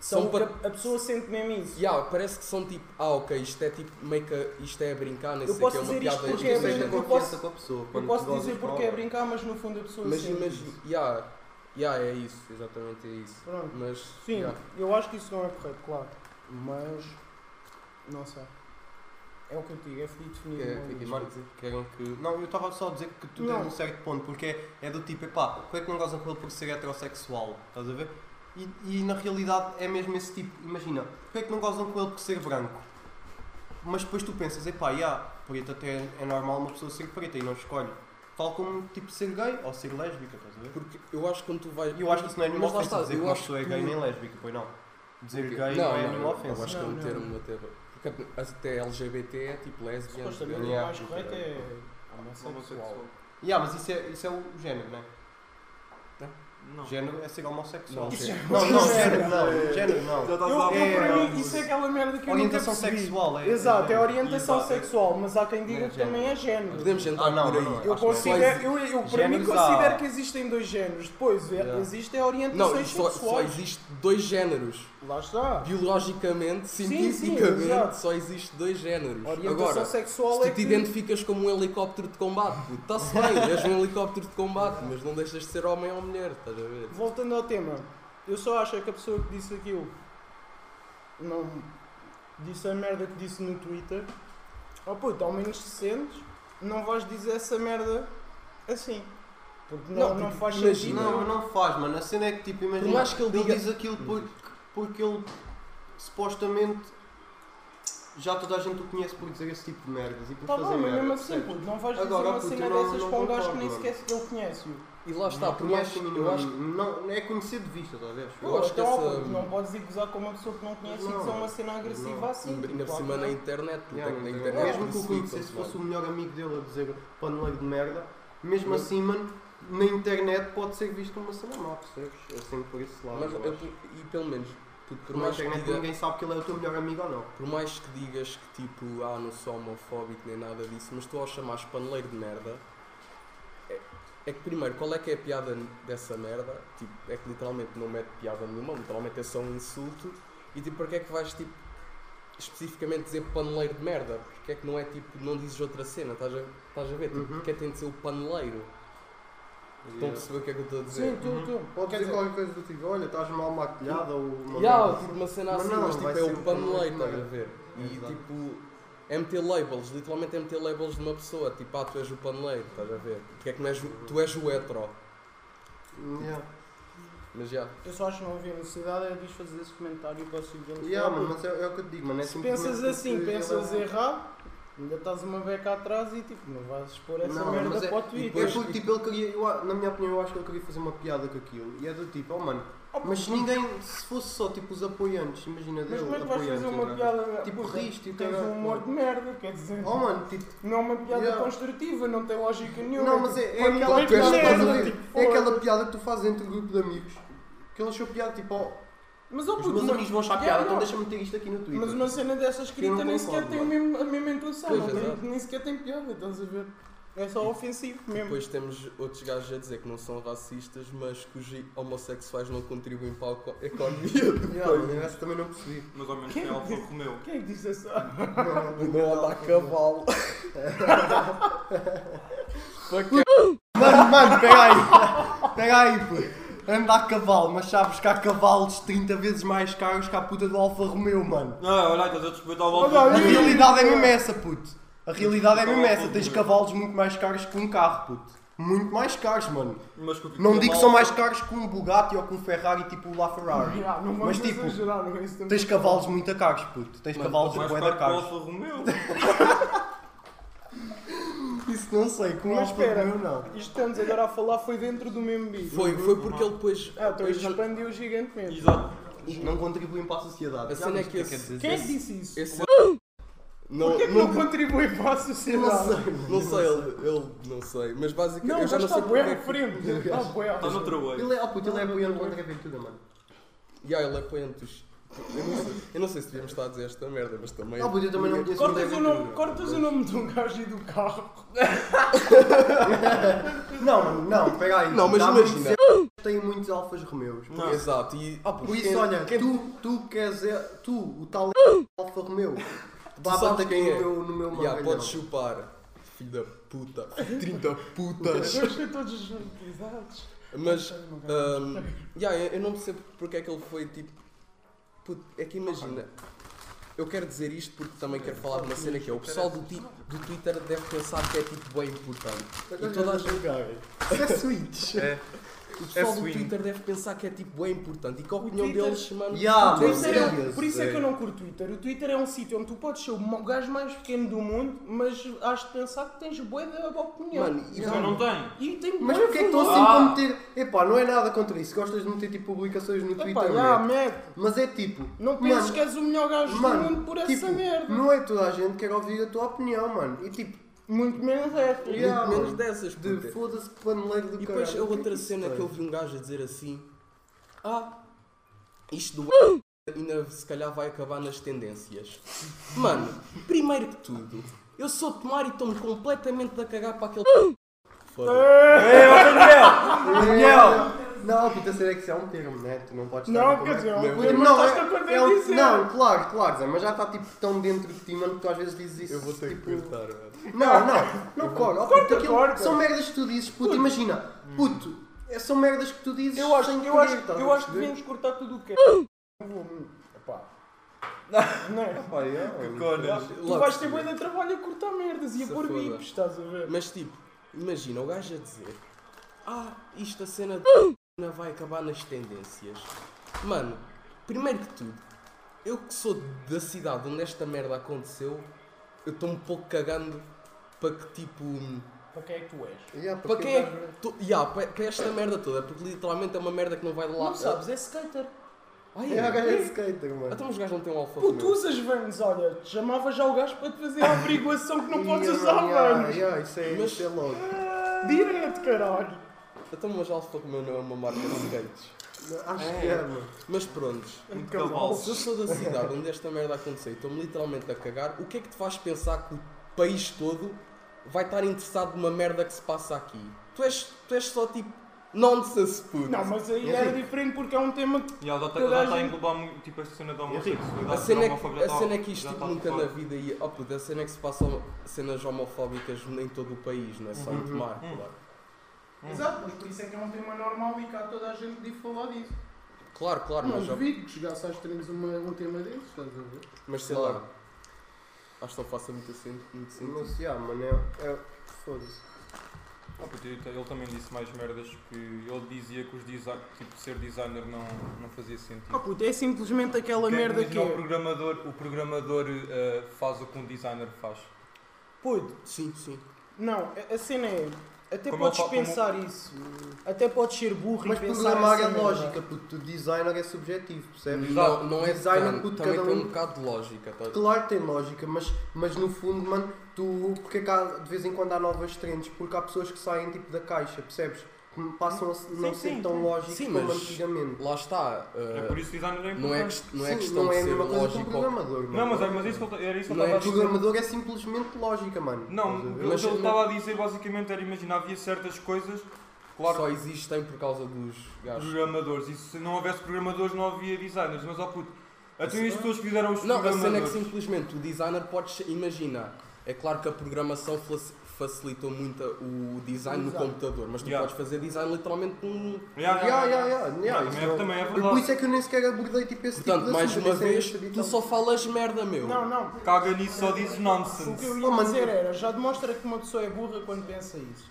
[SPEAKER 4] São
[SPEAKER 2] São
[SPEAKER 4] que a,
[SPEAKER 2] pa-
[SPEAKER 4] Então, a pessoa sente mesmo isso.
[SPEAKER 2] Ya, parece que são tipo, ah ok, isto é tipo meio que a- isto é a brincar, nem
[SPEAKER 4] Eu
[SPEAKER 2] sei que
[SPEAKER 4] posso
[SPEAKER 2] é uma
[SPEAKER 4] dizer isto
[SPEAKER 2] piada
[SPEAKER 1] Tens
[SPEAKER 4] porque
[SPEAKER 1] que
[SPEAKER 4] é
[SPEAKER 1] ter
[SPEAKER 4] brincar-
[SPEAKER 2] seja-
[SPEAKER 4] eu
[SPEAKER 1] confiança
[SPEAKER 4] posso-
[SPEAKER 1] com a pessoa.
[SPEAKER 4] Eu
[SPEAKER 1] quando
[SPEAKER 4] posso
[SPEAKER 1] tu gozas
[SPEAKER 4] dizer
[SPEAKER 1] com
[SPEAKER 4] porque é
[SPEAKER 1] ela.
[SPEAKER 4] brincar, mas no fundo a pessoa
[SPEAKER 2] Mas
[SPEAKER 4] sente
[SPEAKER 2] imagina,
[SPEAKER 4] isso.
[SPEAKER 2] ya, ya, é isso, exatamente é isso.
[SPEAKER 4] Pronto.
[SPEAKER 2] Mas
[SPEAKER 4] Sim,
[SPEAKER 2] ya.
[SPEAKER 4] eu acho que isso não é correto, claro. Mas. Não sei. É o que eu digo, é fui definido.
[SPEAKER 2] É,
[SPEAKER 4] não
[SPEAKER 2] fica
[SPEAKER 4] diz.
[SPEAKER 2] escrito.
[SPEAKER 1] Querem que. Não, eu estava só a dizer que tu
[SPEAKER 4] Não.
[SPEAKER 1] tens um certo ponto, porque é, é do tipo, epá, como é que não gozam com ele por ser heterossexual? Estás a ver? E, e na realidade é mesmo esse tipo, imagina, como é que não gozam com ele por ser branco? Mas depois tu pensas, epá, já, preto até é normal uma pessoa ser preta e não escolhe. Tal como tipo ser gay ou ser lésbica, estás a ver?
[SPEAKER 2] Porque eu acho que quando tu vais.
[SPEAKER 1] E eu acho que isso não é nenhuma
[SPEAKER 2] Mas lá
[SPEAKER 1] ofensa
[SPEAKER 2] está,
[SPEAKER 1] dizer que
[SPEAKER 2] eu
[SPEAKER 1] uma
[SPEAKER 2] acho
[SPEAKER 1] pessoa é
[SPEAKER 2] que
[SPEAKER 1] gay
[SPEAKER 2] tu-
[SPEAKER 1] nem lésbica, pois não. Dizer
[SPEAKER 2] Porque-
[SPEAKER 1] gay não, é nenhuma
[SPEAKER 2] Eu
[SPEAKER 1] ofensa.
[SPEAKER 2] acho que é um
[SPEAKER 4] Não,
[SPEAKER 2] termo até. Porque até LGBT é tipo lésbica.
[SPEAKER 4] Supostamente
[SPEAKER 1] Yeah.
[SPEAKER 4] o mais correto é. Homossexual.
[SPEAKER 3] Homossexual.
[SPEAKER 1] Yeah, mas isso é, isso é o género, não é?
[SPEAKER 3] Não.
[SPEAKER 1] Género é ser homossexual.
[SPEAKER 2] Não,
[SPEAKER 1] Género-
[SPEAKER 4] não.
[SPEAKER 1] não, não, género não. Género não.
[SPEAKER 3] Já
[SPEAKER 4] Eu,
[SPEAKER 3] estás a
[SPEAKER 4] eu, para
[SPEAKER 1] É,
[SPEAKER 4] mim, isso é aquela merda que eu nunca
[SPEAKER 1] Orientação
[SPEAKER 4] percebi.
[SPEAKER 1] sexual, é.
[SPEAKER 4] Exato, é
[SPEAKER 1] género.
[SPEAKER 4] orientação
[SPEAKER 1] Exato.
[SPEAKER 4] sexual, mas há quem diga
[SPEAKER 1] Não é
[SPEAKER 4] que também é género.
[SPEAKER 2] Podemos entrar
[SPEAKER 1] Ah, não,
[SPEAKER 2] por aí.
[SPEAKER 1] não, não.
[SPEAKER 4] Eu,
[SPEAKER 1] Acho que não.
[SPEAKER 4] considero, eu, eu, para mim
[SPEAKER 1] Géneros há-
[SPEAKER 4] considero que existem dois géneros. Depois, é-
[SPEAKER 1] Yeah.
[SPEAKER 4] existe a orientação
[SPEAKER 2] Não, só, só
[SPEAKER 4] sexual.
[SPEAKER 2] existe dois géneros.
[SPEAKER 4] Lá está.
[SPEAKER 2] Biologicamente,
[SPEAKER 4] Sim,
[SPEAKER 2] cientificamente,
[SPEAKER 4] sim, exato.
[SPEAKER 2] só existe dois géneros.
[SPEAKER 4] Orientação
[SPEAKER 2] Agora, se
[SPEAKER 4] sexual
[SPEAKER 2] tu
[SPEAKER 4] é
[SPEAKER 2] te
[SPEAKER 4] que...
[SPEAKER 2] identificas como um helicóptero de combate, puto, está-se bem, és um helicóptero de combate, mas não deixas de ser homem ou mulher, estás a ver?
[SPEAKER 4] Voltando ao tema, eu só acho é que a pessoa que disse aquilo não disse a merda que disse no Twitter. Oh puto, ao menos te sentes, não vais dizer essa merda assim. Porque não,
[SPEAKER 2] Não,
[SPEAKER 4] não,
[SPEAKER 2] porque
[SPEAKER 4] faz
[SPEAKER 2] imagina-
[SPEAKER 4] sentido.
[SPEAKER 1] Não, mas não faz, mano. A cena é que, tipo, imagina.
[SPEAKER 2] Por mais que ele diga-
[SPEAKER 1] diz aquilo porque, porque ele supostamente já toda a gente o conhece por dizer esse tipo de merdas e por
[SPEAKER 4] Tá
[SPEAKER 1] fazer
[SPEAKER 4] bom, mas
[SPEAKER 1] merda.
[SPEAKER 4] mesmo assim,
[SPEAKER 1] percebes?
[SPEAKER 4] puto, não vais
[SPEAKER 1] Agora,
[SPEAKER 4] dizer uma
[SPEAKER 1] puto,
[SPEAKER 4] cena
[SPEAKER 1] eu não-
[SPEAKER 4] dessas
[SPEAKER 1] não
[SPEAKER 4] para um gajo que
[SPEAKER 1] concordo,
[SPEAKER 4] nem
[SPEAKER 1] mano.
[SPEAKER 4] sequer ele conhece.
[SPEAKER 2] E lá está,
[SPEAKER 1] não
[SPEAKER 2] por mais.
[SPEAKER 1] conhece
[SPEAKER 2] Eu acho que.
[SPEAKER 1] não, é conhecido de vista, estás a ver?
[SPEAKER 2] Eu acho que
[SPEAKER 4] Então,
[SPEAKER 2] essa-
[SPEAKER 4] puto, Não podes ir gozar com uma pessoa que não conhece e
[SPEAKER 1] Não.
[SPEAKER 4] dizer uma cena agressiva
[SPEAKER 1] Não.
[SPEAKER 4] assim.
[SPEAKER 2] Ainda por
[SPEAKER 4] tipo,
[SPEAKER 2] cima na
[SPEAKER 4] ok.
[SPEAKER 2] internet, puto, é
[SPEAKER 1] Yeah,
[SPEAKER 2] que na
[SPEAKER 1] não,
[SPEAKER 2] internet.
[SPEAKER 1] mesmo que o
[SPEAKER 2] isso
[SPEAKER 1] conhecesse
[SPEAKER 2] fica-se
[SPEAKER 1] fosse o melhor amigo dele a dizer paneleiro de merda, mesmo assim, mano, na internet pode ser visto como uma cena má, percebes? É sempre por esse lado.
[SPEAKER 2] Mas
[SPEAKER 1] eu
[SPEAKER 2] eu
[SPEAKER 1] acho.
[SPEAKER 2] pe- e pelo menos, Porque por
[SPEAKER 1] Na
[SPEAKER 2] mais, que
[SPEAKER 1] internet
[SPEAKER 2] diga-
[SPEAKER 1] ninguém sabe que ele é o teu melhor amigo ou não.
[SPEAKER 2] por mais que digas que tipo, ah, não sou homofóbico nem nada disso, mas tu ao chamares paneleiro de merda, é, é que primeiro, qual é que é a piada dessa merda? Tipo, é que literalmente não mete piada nenhuma, literalmente é só um insulto. E tipo, para que é que vais tipo, especificamente dizer paneleiro de merda? Porque é que não é tipo, não dizes outra cena, estás a, estás a ver? Tipo,
[SPEAKER 1] Uhum.
[SPEAKER 2] porque é que tem de ser o paneleiro? Estão a perceber o que é que eu estou a dizer?
[SPEAKER 1] Sim, tu, tu. Pode
[SPEAKER 4] Quer
[SPEAKER 1] dizer Uhum.
[SPEAKER 4] dizer-
[SPEAKER 1] qualquer coisa do tipo, olha, estás mal maquilhado ou
[SPEAKER 2] Ya,
[SPEAKER 1] uma merda assim.
[SPEAKER 2] por uma cena
[SPEAKER 1] Mas
[SPEAKER 2] assim,
[SPEAKER 1] não,
[SPEAKER 2] mas tipo
[SPEAKER 1] vai
[SPEAKER 2] é
[SPEAKER 1] ser
[SPEAKER 2] o
[SPEAKER 1] um
[SPEAKER 2] paneleiro,
[SPEAKER 1] paneleiro,
[SPEAKER 2] estás a
[SPEAKER 1] não é?
[SPEAKER 2] ver? E
[SPEAKER 1] Exato.
[SPEAKER 2] tipo, é meter labels, literalmente é meter labels de uma pessoa, tipo, ah, tu és o paneleiro, estás a ver? Porque é que não és, o- tu és o hetero,
[SPEAKER 1] Yeah.
[SPEAKER 2] mas já.
[SPEAKER 4] Eu só acho que não havia necessidade é era desfazer esse comentário e posso ir
[SPEAKER 1] Yeah, mano, mas é, é o que eu te digo, mano. É
[SPEAKER 4] Se pensas
[SPEAKER 1] simplesmente
[SPEAKER 4] assim,
[SPEAKER 1] porque
[SPEAKER 4] pensas
[SPEAKER 1] ele é um-
[SPEAKER 4] errar, ainda estás uma beca atrás e tipo, não vais expor essa
[SPEAKER 1] Não, mas
[SPEAKER 4] merda
[SPEAKER 1] é-
[SPEAKER 4] para o
[SPEAKER 1] É
[SPEAKER 4] Twitter.
[SPEAKER 2] depois-
[SPEAKER 1] porque, tipo, ele queria, eu a- na minha opinião, eu acho que ele queria fazer uma piada com aquilo. E é do tipo, oh mano, mas se ninguém, se fosse só tipo os apoiantes, imagina
[SPEAKER 4] Mas
[SPEAKER 1] dele,
[SPEAKER 4] como é que vais
[SPEAKER 1] apoiantes,
[SPEAKER 4] fazer uma
[SPEAKER 1] né?
[SPEAKER 4] piada?
[SPEAKER 1] Tipo,
[SPEAKER 4] Puta,
[SPEAKER 1] riste e o
[SPEAKER 4] Tens
[SPEAKER 1] caralho.
[SPEAKER 4] um humor de merda, quer dizer.
[SPEAKER 1] Oh mano, tipo,
[SPEAKER 4] Não é uma piada
[SPEAKER 1] Yeah.
[SPEAKER 4] construtiva, não tem lógica nenhuma.
[SPEAKER 1] não, mas é, é
[SPEAKER 4] Quando
[SPEAKER 1] aquela
[SPEAKER 4] tu
[SPEAKER 1] piada,
[SPEAKER 4] és
[SPEAKER 1] estás a
[SPEAKER 4] merda,
[SPEAKER 1] ver?
[SPEAKER 4] tipo,
[SPEAKER 1] é
[SPEAKER 4] foda-se.
[SPEAKER 1] aquela piada que tu fazes entre um grupo de amigos. Que ele achou piada, tipo, oh,
[SPEAKER 4] Mas ó
[SPEAKER 1] os
[SPEAKER 4] puto,
[SPEAKER 1] meus
[SPEAKER 4] mas-
[SPEAKER 1] amigos vão achar
[SPEAKER 4] Yeah,
[SPEAKER 1] piada, então
[SPEAKER 4] yeah.
[SPEAKER 1] deixa-me ter isto aqui no Twitter.
[SPEAKER 4] Mas uma cena dessa
[SPEAKER 1] Eu
[SPEAKER 4] escrita
[SPEAKER 1] não
[SPEAKER 4] nem
[SPEAKER 1] concordo,
[SPEAKER 4] sequer tem o
[SPEAKER 1] mano.
[SPEAKER 4] mesmo- a mesma intenção,
[SPEAKER 2] Pois,
[SPEAKER 4] não tem-
[SPEAKER 2] exato.
[SPEAKER 4] nem sequer tem piada, estás a ver? É
[SPEAKER 1] Tipo,
[SPEAKER 4] só ofensivo mesmo.
[SPEAKER 2] Depois temos outros gajos a dizer que não são racistas, mas cujos homossexuais não contribuem para a eco- economia.
[SPEAKER 1] Yeah, mano, essa também não percebi.
[SPEAKER 3] Mas ao menos tem Alfa Romeo.
[SPEAKER 4] Quem é que disse essa?
[SPEAKER 1] Não,
[SPEAKER 2] Não anda a cavalo.
[SPEAKER 1] Mano, mano, peraí. Peraí, pô. Anda a cavalo, mas sabes que há cavalos 30 vezes mais caros que a puta do Alfa Romeo, mano.
[SPEAKER 3] Ah, olha, estás a desrespeitar o
[SPEAKER 4] Olha
[SPEAKER 1] A
[SPEAKER 4] aí.
[SPEAKER 3] Alfa Romeo.
[SPEAKER 1] realidade é mesmo essa, puto. A realidade é mesmo essa. Tens cavalos muito mais caros que um carro, puto. Muito mais caros, mano.
[SPEAKER 3] Mas que eu fico
[SPEAKER 1] Não
[SPEAKER 3] com
[SPEAKER 1] digo que
[SPEAKER 3] mal.
[SPEAKER 1] são mais caros que um Bugatti ou que um Ferrari, tipo o LaFerrari.
[SPEAKER 4] Ah, não
[SPEAKER 1] Mas
[SPEAKER 4] vamos
[SPEAKER 1] tipo,
[SPEAKER 4] exagerar, não é isso também.
[SPEAKER 1] Tens cavalos muito caros, puto. Tens
[SPEAKER 2] Mano,
[SPEAKER 1] cavalos
[SPEAKER 3] Mais
[SPEAKER 1] bué
[SPEAKER 3] caro
[SPEAKER 1] da
[SPEAKER 3] que o
[SPEAKER 1] caros.
[SPEAKER 3] Alfa Romeo.
[SPEAKER 1] Isso não sei, com um
[SPEAKER 4] Mas
[SPEAKER 1] Alfa
[SPEAKER 4] espera.
[SPEAKER 1] Romeo não.
[SPEAKER 4] Isto que estamos agora a falar foi dentro do mesmo bicho.
[SPEAKER 2] Foi, foi porque ele depois.
[SPEAKER 4] Ah, então
[SPEAKER 2] depois
[SPEAKER 4] isto expandiu gigantemente.
[SPEAKER 3] Exato.
[SPEAKER 1] Não contribuem para a sociedade.
[SPEAKER 2] A cena é que esse-
[SPEAKER 4] Quem é que disse isso?
[SPEAKER 2] esse- não,
[SPEAKER 4] Porquê que
[SPEAKER 2] não,
[SPEAKER 4] não contribui para
[SPEAKER 1] Eu
[SPEAKER 4] a
[SPEAKER 1] não
[SPEAKER 4] sociedade?
[SPEAKER 1] sei, mano.
[SPEAKER 2] não sei, ele, ele não sei. Mas basicamente
[SPEAKER 4] Não,
[SPEAKER 2] eu já
[SPEAKER 4] já
[SPEAKER 2] não sei
[SPEAKER 4] está
[SPEAKER 2] porque
[SPEAKER 4] bué
[SPEAKER 2] é
[SPEAKER 4] à
[SPEAKER 2] que
[SPEAKER 4] frente. Está bué à
[SPEAKER 3] Está
[SPEAKER 4] frente.
[SPEAKER 3] no trabalho.
[SPEAKER 1] Ele é, oh, puto, ele é apoiando contra a aventura, mano.
[SPEAKER 2] E aí, ele apoiante os. Eu não, sei, eu não sei se devíamos estar a dizer esta merda, mas também.
[SPEAKER 1] Ah, puto, eu também não conheço
[SPEAKER 4] Cortas
[SPEAKER 1] ninguém
[SPEAKER 4] o
[SPEAKER 1] com
[SPEAKER 4] nome,
[SPEAKER 1] aventura.
[SPEAKER 4] cortas o nome de um gajo e do carro.
[SPEAKER 1] Não, mano, não, pega aí.
[SPEAKER 2] Não, mas
[SPEAKER 1] Dá
[SPEAKER 2] imagina.
[SPEAKER 1] muitos- Tem muitos Alfas Romeus.
[SPEAKER 3] Não.
[SPEAKER 2] Exato, e. Ah,
[SPEAKER 1] Por isso, olha, tu, tu queres. é- Tu, o tal Alfa Romeu.
[SPEAKER 2] sabes
[SPEAKER 1] Bata aqui
[SPEAKER 2] quem
[SPEAKER 1] no
[SPEAKER 2] é.
[SPEAKER 1] meu, no meu
[SPEAKER 2] Já,
[SPEAKER 1] magalhão.
[SPEAKER 2] podes chupar, filho da puta, 30 putas.
[SPEAKER 4] Dois têm é todos juntos.
[SPEAKER 2] Mas, ahm, já, eu eu não percebo porque é que ele foi tipo. puto, é que imagina. Eu quero dizer isto porque também quero falar de uma cena que é o pessoal do, ti- do Twitter deve pensar que é tipo bem importante. E toda a gente.
[SPEAKER 1] Isso é switch.
[SPEAKER 5] É.
[SPEAKER 2] O pessoal
[SPEAKER 5] É
[SPEAKER 2] do
[SPEAKER 5] swing.
[SPEAKER 2] Twitter deve pensar que é tipo bem importante e que a opinião
[SPEAKER 4] Twitter-
[SPEAKER 2] deles, mano.
[SPEAKER 1] Ya,
[SPEAKER 4] Por
[SPEAKER 1] mas
[SPEAKER 4] isso, é,
[SPEAKER 1] serious,
[SPEAKER 4] por isso é
[SPEAKER 1] é.
[SPEAKER 4] que eu não curto Twitter. O Twitter é um sítio onde tu podes ser o mo- gajo mais pequeno do mundo, mas has de pensar que tens boa da boa opinião.
[SPEAKER 2] Mano, e
[SPEAKER 1] é
[SPEAKER 3] Isso eu não tenho.
[SPEAKER 4] e tem
[SPEAKER 1] Mas
[SPEAKER 4] bué
[SPEAKER 1] porquê é que
[SPEAKER 2] Ah.
[SPEAKER 1] estão
[SPEAKER 4] valor.
[SPEAKER 1] sempre a meter. Epá, não é nada contra isso. Gostas de meter tipo publicações no Twitter.
[SPEAKER 4] Epá, já,
[SPEAKER 1] mete.
[SPEAKER 4] mete.
[SPEAKER 1] Mas é tipo.
[SPEAKER 4] Não penses
[SPEAKER 1] mano,
[SPEAKER 4] que és o melhor gajo do mundo
[SPEAKER 1] Mano,
[SPEAKER 4] por
[SPEAKER 1] tipo,
[SPEAKER 4] essa merda.
[SPEAKER 1] não é toda a gente que quer ouvir a tua opinião, mano. E tipo,
[SPEAKER 4] Muito menos esta.
[SPEAKER 1] Ya,
[SPEAKER 2] muito
[SPEAKER 1] mano.
[SPEAKER 2] menos dessas,
[SPEAKER 1] de
[SPEAKER 2] puta.
[SPEAKER 1] foda-se que paneleiro do
[SPEAKER 2] E depois a
[SPEAKER 1] caralho. O que é que
[SPEAKER 2] outra
[SPEAKER 1] isso
[SPEAKER 2] cena que
[SPEAKER 1] tem?
[SPEAKER 2] eu vi um gajo a dizer assim: Ah, isto do ainda se calhar vai acabar nas tendências. Mano, primeiro que tudo, eu sou Tomar e estou-me completamente a cagar para aquele. Foda-se.
[SPEAKER 1] Daniel! Não, puta cena é que isso é um termo, né? Tu não podes estar a
[SPEAKER 4] Não,
[SPEAKER 1] comer-
[SPEAKER 4] quer dizer, um
[SPEAKER 2] Não,
[SPEAKER 4] mas
[SPEAKER 1] não,
[SPEAKER 4] estás-te a
[SPEAKER 1] é,
[SPEAKER 4] perder
[SPEAKER 1] é um-
[SPEAKER 4] disso.
[SPEAKER 1] não, claro, claro, Zé, mas já está tipo tão dentro de ti, mano, que tu às vezes dizes isso.
[SPEAKER 2] Eu vou ter que
[SPEAKER 1] tipo,
[SPEAKER 2] cortar, mano.
[SPEAKER 1] Não, não, não corre. ó, puto,
[SPEAKER 4] Corta,
[SPEAKER 1] aquilo-
[SPEAKER 4] corta.
[SPEAKER 1] São merdas que tu dizes, puto, imagina, puto, é- são merdas que Tipo, tu tá dizes
[SPEAKER 4] Eu acho,
[SPEAKER 1] sem
[SPEAKER 4] eu
[SPEAKER 1] querer,
[SPEAKER 4] acho,
[SPEAKER 1] estás a
[SPEAKER 4] eu acho que
[SPEAKER 1] perceber?
[SPEAKER 4] devíamos cortar tudo o que é. Epá. Não é?
[SPEAKER 1] Pá, é,
[SPEAKER 3] Olha.
[SPEAKER 4] Tu
[SPEAKER 2] Logo
[SPEAKER 4] vais
[SPEAKER 2] se
[SPEAKER 4] ter
[SPEAKER 2] vê.
[SPEAKER 4] bué de trabalho a cortar merdas e a
[SPEAKER 2] Se
[SPEAKER 4] pôr
[SPEAKER 2] foda.
[SPEAKER 4] bips, estás a ver?
[SPEAKER 2] Mas tipo, imagina o gajo a dizer: Ah, isto a cena de ainda vai acabar nas tendências. Mano, primeiro que tudo, eu que sou da cidade onde esta merda aconteceu, eu estou um pouco cagando para que tipo.
[SPEAKER 4] Para quem é que tu és?
[SPEAKER 1] yeah,
[SPEAKER 2] Para
[SPEAKER 1] porque
[SPEAKER 2] quem é
[SPEAKER 1] o gajo-
[SPEAKER 2] que. tu- Ya, para para esta merda toda, porque literalmente é uma merda que não vai de lá.
[SPEAKER 4] Não sabes, é skater.
[SPEAKER 2] Ai,
[SPEAKER 1] É, o gajo é
[SPEAKER 2] é.
[SPEAKER 1] skater, mano.
[SPEAKER 2] Então os gajos não têm um alfa
[SPEAKER 4] Pô, tu
[SPEAKER 2] Romeo.
[SPEAKER 4] usas vans, olha, te chamava já o gajo para te fazer a averiguação que não podes
[SPEAKER 1] Yeah,
[SPEAKER 4] usar
[SPEAKER 1] yeah,
[SPEAKER 4] vans.
[SPEAKER 1] yeah, Isso é
[SPEAKER 2] Mas-
[SPEAKER 1] isso é logo.
[SPEAKER 4] Direto, caralho.
[SPEAKER 2] Então, mas alfa Romeo não é uma marca de skates.
[SPEAKER 1] Acho
[SPEAKER 2] É.
[SPEAKER 1] que é, mano.
[SPEAKER 2] Mas prontos.
[SPEAKER 3] Muito
[SPEAKER 4] Então,
[SPEAKER 2] Se eu
[SPEAKER 3] cavalos.
[SPEAKER 2] sou da cidade onde esta merda aconteceu e estou-me literalmente a cagar, o que é que te faz pensar que o país todo vai estar interessado numa merda que se passa aqui? Tu és, tu és só tipo nonsense puto.
[SPEAKER 4] Não, mas aí
[SPEAKER 1] É
[SPEAKER 4] era
[SPEAKER 1] rico.
[SPEAKER 4] diferente porque é um tema que.
[SPEAKER 3] E ela já
[SPEAKER 4] Toda a
[SPEAKER 3] está a
[SPEAKER 4] gente-
[SPEAKER 3] englobar muito, tipo, esta cena da
[SPEAKER 2] A
[SPEAKER 3] homossexualidade.
[SPEAKER 2] cena, é
[SPEAKER 3] da
[SPEAKER 2] que,
[SPEAKER 3] homofobia
[SPEAKER 2] a
[SPEAKER 3] já
[SPEAKER 2] cena é
[SPEAKER 3] tá-
[SPEAKER 2] que isto
[SPEAKER 3] já
[SPEAKER 2] tipo,
[SPEAKER 3] tá
[SPEAKER 2] nunca
[SPEAKER 3] fora.
[SPEAKER 2] na vida ia. Oh, puto, a cena é que se passam cenas homofóbicas em todo o país, não é só em
[SPEAKER 1] Uhum.
[SPEAKER 2] Tomar,
[SPEAKER 3] Uhum.
[SPEAKER 2] claro.
[SPEAKER 3] Hum.
[SPEAKER 4] Exato, mas por isso é que é um tema normal e cá toda a gente devia falar disso.
[SPEAKER 2] Claro, claro,
[SPEAKER 4] Não
[SPEAKER 2] mas, ó,
[SPEAKER 4] duvido que chegasse às extremos uma- um tema desses, estás a ver?
[SPEAKER 2] mas sei lá. Acho que não faça muito sentido. Muito sentido.
[SPEAKER 1] Mas, yeah, mano, é... é Foda-se.
[SPEAKER 3] Ah, puto, ele ele também disse mais merdas que ele dizia que os design, tipo, ser designer não, não fazia sentido.
[SPEAKER 4] Ah puto, é simplesmente aquela
[SPEAKER 3] Porque
[SPEAKER 4] merda
[SPEAKER 3] mas
[SPEAKER 4] que
[SPEAKER 3] não, O
[SPEAKER 4] é.
[SPEAKER 3] programador, o programador eh, faz o que um designer faz.
[SPEAKER 4] Puto,
[SPEAKER 2] Sim, sim.
[SPEAKER 4] não, a- a cena é. Até
[SPEAKER 3] Como
[SPEAKER 4] podes
[SPEAKER 3] eu fa- como-
[SPEAKER 4] pensar isso. Até podes ser burro
[SPEAKER 1] Mas
[SPEAKER 4] e pensar assim,
[SPEAKER 1] programar
[SPEAKER 4] essa
[SPEAKER 1] é
[SPEAKER 4] merda.
[SPEAKER 1] lógica, puto. O designer é subjetivo, percebes?
[SPEAKER 2] Não, não é
[SPEAKER 1] Design,
[SPEAKER 2] tanto,
[SPEAKER 1] puto,
[SPEAKER 2] também
[SPEAKER 1] cada
[SPEAKER 2] tem um
[SPEAKER 1] um-
[SPEAKER 2] bocado de lógica. Tá?
[SPEAKER 1] Claro que tem lógica, mas, mas no fundo, mano, tu. Porque é que há, de vez em quando há novas trends? Porque há pessoas que saem tipo da caixa, percebes? Que Passam a se- não
[SPEAKER 3] Sim,
[SPEAKER 1] ser
[SPEAKER 3] sim,
[SPEAKER 1] tão
[SPEAKER 3] sim.
[SPEAKER 1] lógico
[SPEAKER 2] Sim,
[SPEAKER 1] como
[SPEAKER 2] mas-
[SPEAKER 1] antigamente.
[SPEAKER 2] Lá está.
[SPEAKER 3] É,
[SPEAKER 2] eh,
[SPEAKER 3] por isso que designer é
[SPEAKER 2] não, é,
[SPEAKER 3] importante.
[SPEAKER 2] quest- não é
[SPEAKER 1] Sim,
[SPEAKER 2] questão
[SPEAKER 1] não é
[SPEAKER 2] de
[SPEAKER 1] a
[SPEAKER 2] ser
[SPEAKER 1] mesma coisa que um
[SPEAKER 2] lógico. ou-
[SPEAKER 1] programador, mano.
[SPEAKER 3] Não, mas, é- mas isso que ele- era isso que eu
[SPEAKER 2] Não é
[SPEAKER 3] estava a
[SPEAKER 1] O
[SPEAKER 3] dizer.
[SPEAKER 1] programador é simplesmente lógica, mano.
[SPEAKER 3] Não,
[SPEAKER 1] Estás a ver?
[SPEAKER 3] o
[SPEAKER 2] Mas-
[SPEAKER 3] que ele estava a dizer basicamente era imaginar, havia certas coisas, claro
[SPEAKER 2] Só existem por causa dos gajos.
[SPEAKER 3] programadores. E se não houvesse programadores, não havia designers. Mas, ó puto, até
[SPEAKER 2] Isso
[SPEAKER 3] as pessoas que fizeram os
[SPEAKER 2] Não, a cena é que
[SPEAKER 3] programadores.
[SPEAKER 2] simplesmente o designer podes imaginar. É claro que a programação flas- facilitou muito o design no
[SPEAKER 4] Exato.
[SPEAKER 2] computador, mas tu
[SPEAKER 3] Yeah. tipo
[SPEAKER 2] podes fazer design literalmente com.
[SPEAKER 3] Ya, ya,
[SPEAKER 1] Ya,
[SPEAKER 3] ya,
[SPEAKER 1] ya,
[SPEAKER 3] ya.
[SPEAKER 1] ya, ya,
[SPEAKER 3] Também
[SPEAKER 1] isso
[SPEAKER 3] é-
[SPEAKER 1] não-
[SPEAKER 3] também é
[SPEAKER 1] E Por
[SPEAKER 3] verdade.
[SPEAKER 1] isso é que eu nem sequer abordei tipo esse
[SPEAKER 2] Portanto,
[SPEAKER 1] tipo de
[SPEAKER 2] mais
[SPEAKER 1] assunto,
[SPEAKER 2] uma
[SPEAKER 1] isso é
[SPEAKER 2] vez,
[SPEAKER 1] inacreditável.
[SPEAKER 2] tu só falas merda, meu.
[SPEAKER 4] Não, não.
[SPEAKER 3] Caga nisso, só dizes
[SPEAKER 4] O que eu
[SPEAKER 3] nonsense.
[SPEAKER 4] ia
[SPEAKER 1] Oh, mano.
[SPEAKER 4] dizer era, já demonstra que uma pessoa é burra quando pensa isso.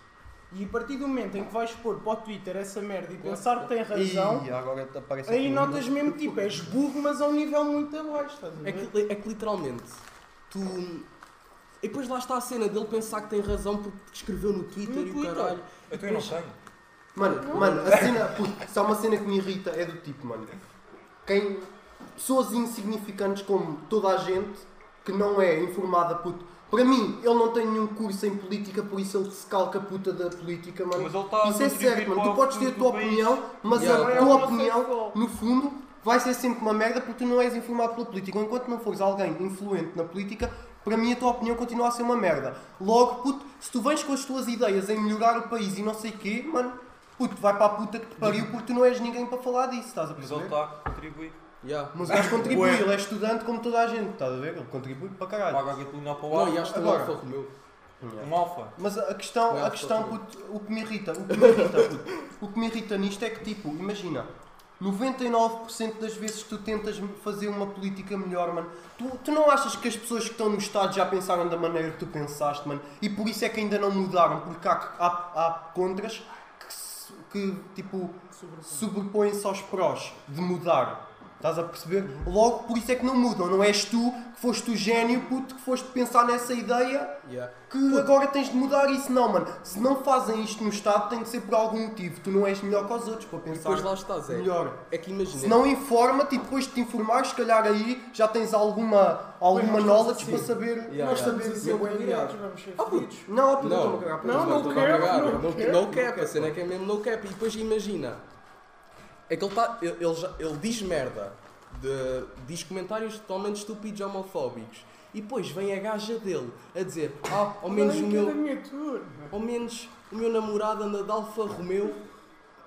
[SPEAKER 4] E a partir do momento em que vais pôr para o Twitter essa merda e pensar que tem razão,
[SPEAKER 1] Ih, agora aparece
[SPEAKER 4] aí
[SPEAKER 1] aqui um-
[SPEAKER 4] notas mesmo tipo, és burro, mas a um nível muito abaixo, estás a
[SPEAKER 2] É
[SPEAKER 4] ver?
[SPEAKER 2] que, é que literalmente, tu. E depois lá está a cena dele pensar que tem razão porque te escreveu no Twitter
[SPEAKER 4] No
[SPEAKER 2] e o
[SPEAKER 4] Twitter.
[SPEAKER 2] caralho.
[SPEAKER 3] Então eu não tenho.
[SPEAKER 1] Mano, mano, a cena, puto, se há uma cena que me irrita é do tipo, mano, quem, pessoas insignificantes como toda a gente, que não é informada, puto, para mim, ele não tem nenhum curso em política, por isso ele se calca a puta da política, mano.
[SPEAKER 3] Mas ele está a
[SPEAKER 1] Isso é
[SPEAKER 3] contribuir
[SPEAKER 1] certo, mano, tu
[SPEAKER 3] para o
[SPEAKER 1] podes ter a tua
[SPEAKER 3] futuro do país.
[SPEAKER 1] opinião, mas
[SPEAKER 2] Yeah.
[SPEAKER 1] a tua
[SPEAKER 4] É
[SPEAKER 1] opinião,
[SPEAKER 4] homossexual.
[SPEAKER 1] no fundo, vai ser sempre uma merda porque tu não és informado pela política. Enquanto não fores alguém influente na política, para mim a tua opinião continua a ser uma merda. Logo, puto, se tu vens com as tuas ideias em melhorar o país e não sei quê, mano, puto, vai para a puta que te pariu porque tu não és ninguém para falar disso, estás a
[SPEAKER 3] Mas ele tá-
[SPEAKER 1] perceber?
[SPEAKER 3] está a contribuir.
[SPEAKER 2] Yeah.
[SPEAKER 1] Mas o gajo contribui, ele é estudante como toda a gente, estás a ver? Ele contribui para caralho.
[SPEAKER 3] Paga a gasolina para o
[SPEAKER 2] Não, e
[SPEAKER 3] alfa.
[SPEAKER 2] acho que um
[SPEAKER 1] Agora.
[SPEAKER 2] Alfa Romeo.
[SPEAKER 3] Um alfa.
[SPEAKER 1] Mas a questão,
[SPEAKER 2] Não,
[SPEAKER 1] a questão
[SPEAKER 2] estou
[SPEAKER 1] puto, o que me irrita, o que me irrita, puto, o que me irrita nisto é que tipo, imagina, 99% das vezes que tu tentas fazer uma política melhor, mano, tu, tu não achas que as pessoas que estão no Estado já pensaram da maneira que tu pensaste, mano, e por isso é que ainda não mudaram, porque há, há, há contras que, se- que tipo, sobrepõem-se aos prós de mudar. Estás a perceber? Logo, por isso é que não mudam. Não és tu que foste o gênio, puto, que foste pensar nessa ideia
[SPEAKER 2] Yeah.
[SPEAKER 1] que agora tens de mudar isso, não, mano. Se não fazem isto no Estado, tem de ser por algum motivo. Tu não és melhor que os outros para
[SPEAKER 2] E
[SPEAKER 1] pensar
[SPEAKER 2] depois lá estás, é.
[SPEAKER 1] melhor.
[SPEAKER 2] É que imagina.
[SPEAKER 1] Se não informa-te e depois de te informares, se calhar aí já tens alguma, alguma
[SPEAKER 4] Pois, nós
[SPEAKER 1] knowledge
[SPEAKER 2] sim.
[SPEAKER 1] para saber.
[SPEAKER 2] Yeah,
[SPEAKER 4] Nós
[SPEAKER 2] yeah.
[SPEAKER 4] estamos a ser
[SPEAKER 2] Não,
[SPEAKER 4] bem
[SPEAKER 1] não.
[SPEAKER 4] diretos, vamos ser
[SPEAKER 1] Oh,
[SPEAKER 2] Ah, puto.
[SPEAKER 4] felizes.
[SPEAKER 1] Não, há tudo
[SPEAKER 2] Não.
[SPEAKER 1] a cagar,
[SPEAKER 4] Não,
[SPEAKER 1] puto,
[SPEAKER 4] não
[SPEAKER 1] estou a
[SPEAKER 4] quero.
[SPEAKER 1] cagar.
[SPEAKER 4] não quero.
[SPEAKER 2] não cap, a cena é que é mesmo no cap. E depois imagina, é que ele, tá, ele, ele já- ele diz merda, de- diz comentários totalmente estúpidos e homofóbicos. E depois vem a gaja dele a dizer, ah, ao menos
[SPEAKER 4] Ai,
[SPEAKER 2] o
[SPEAKER 4] que da
[SPEAKER 2] meu,
[SPEAKER 4] minha turma.
[SPEAKER 2] ao menos o meu namorado anda de Alfa Romeo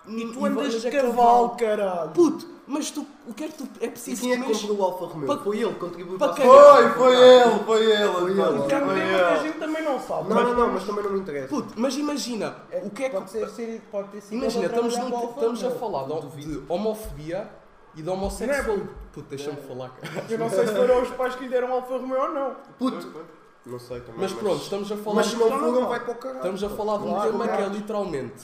[SPEAKER 4] E tu andas
[SPEAKER 2] vais a
[SPEAKER 4] de cavalo, caralho.
[SPEAKER 2] é Puto, mas tu, o que é que tu, é
[SPEAKER 1] E
[SPEAKER 2] preciso
[SPEAKER 1] quem é que
[SPEAKER 2] comeres
[SPEAKER 1] comprou o Alfa Romeo?
[SPEAKER 2] Pa-
[SPEAKER 1] Foi ele que contribuiu
[SPEAKER 2] pa-
[SPEAKER 1] para
[SPEAKER 2] quem? Foi,
[SPEAKER 1] foi ele, foi ele.
[SPEAKER 4] O que é um tema que a gente também não sabe.
[SPEAKER 1] Não, não, não, mas também não me interessa.
[SPEAKER 2] Puto, mas imagina,
[SPEAKER 4] É,
[SPEAKER 2] o que é que...
[SPEAKER 4] pode, ser, ser- pode ter sido
[SPEAKER 2] Imagina,
[SPEAKER 4] ele a
[SPEAKER 2] estamos, num-
[SPEAKER 4] trabalhar para o Alfa
[SPEAKER 2] estamos a
[SPEAKER 4] Romeo.
[SPEAKER 2] falar de, de homofobia e de homossexual. Puto, deixa-me falar, cara.
[SPEAKER 4] Eu não sei se foram os pais que lhe deram Alfa Romeo ou não.
[SPEAKER 1] Puto. Não sei também.
[SPEAKER 2] Mas pronto, estamos a falar.
[SPEAKER 1] Mas se não
[SPEAKER 4] Então não
[SPEAKER 1] foram,
[SPEAKER 4] vá.
[SPEAKER 1] vai para o caralho.
[SPEAKER 2] um. Estamos a falar de um
[SPEAKER 1] Claro,
[SPEAKER 2] tema que é
[SPEAKER 1] claro.
[SPEAKER 2] literalmente.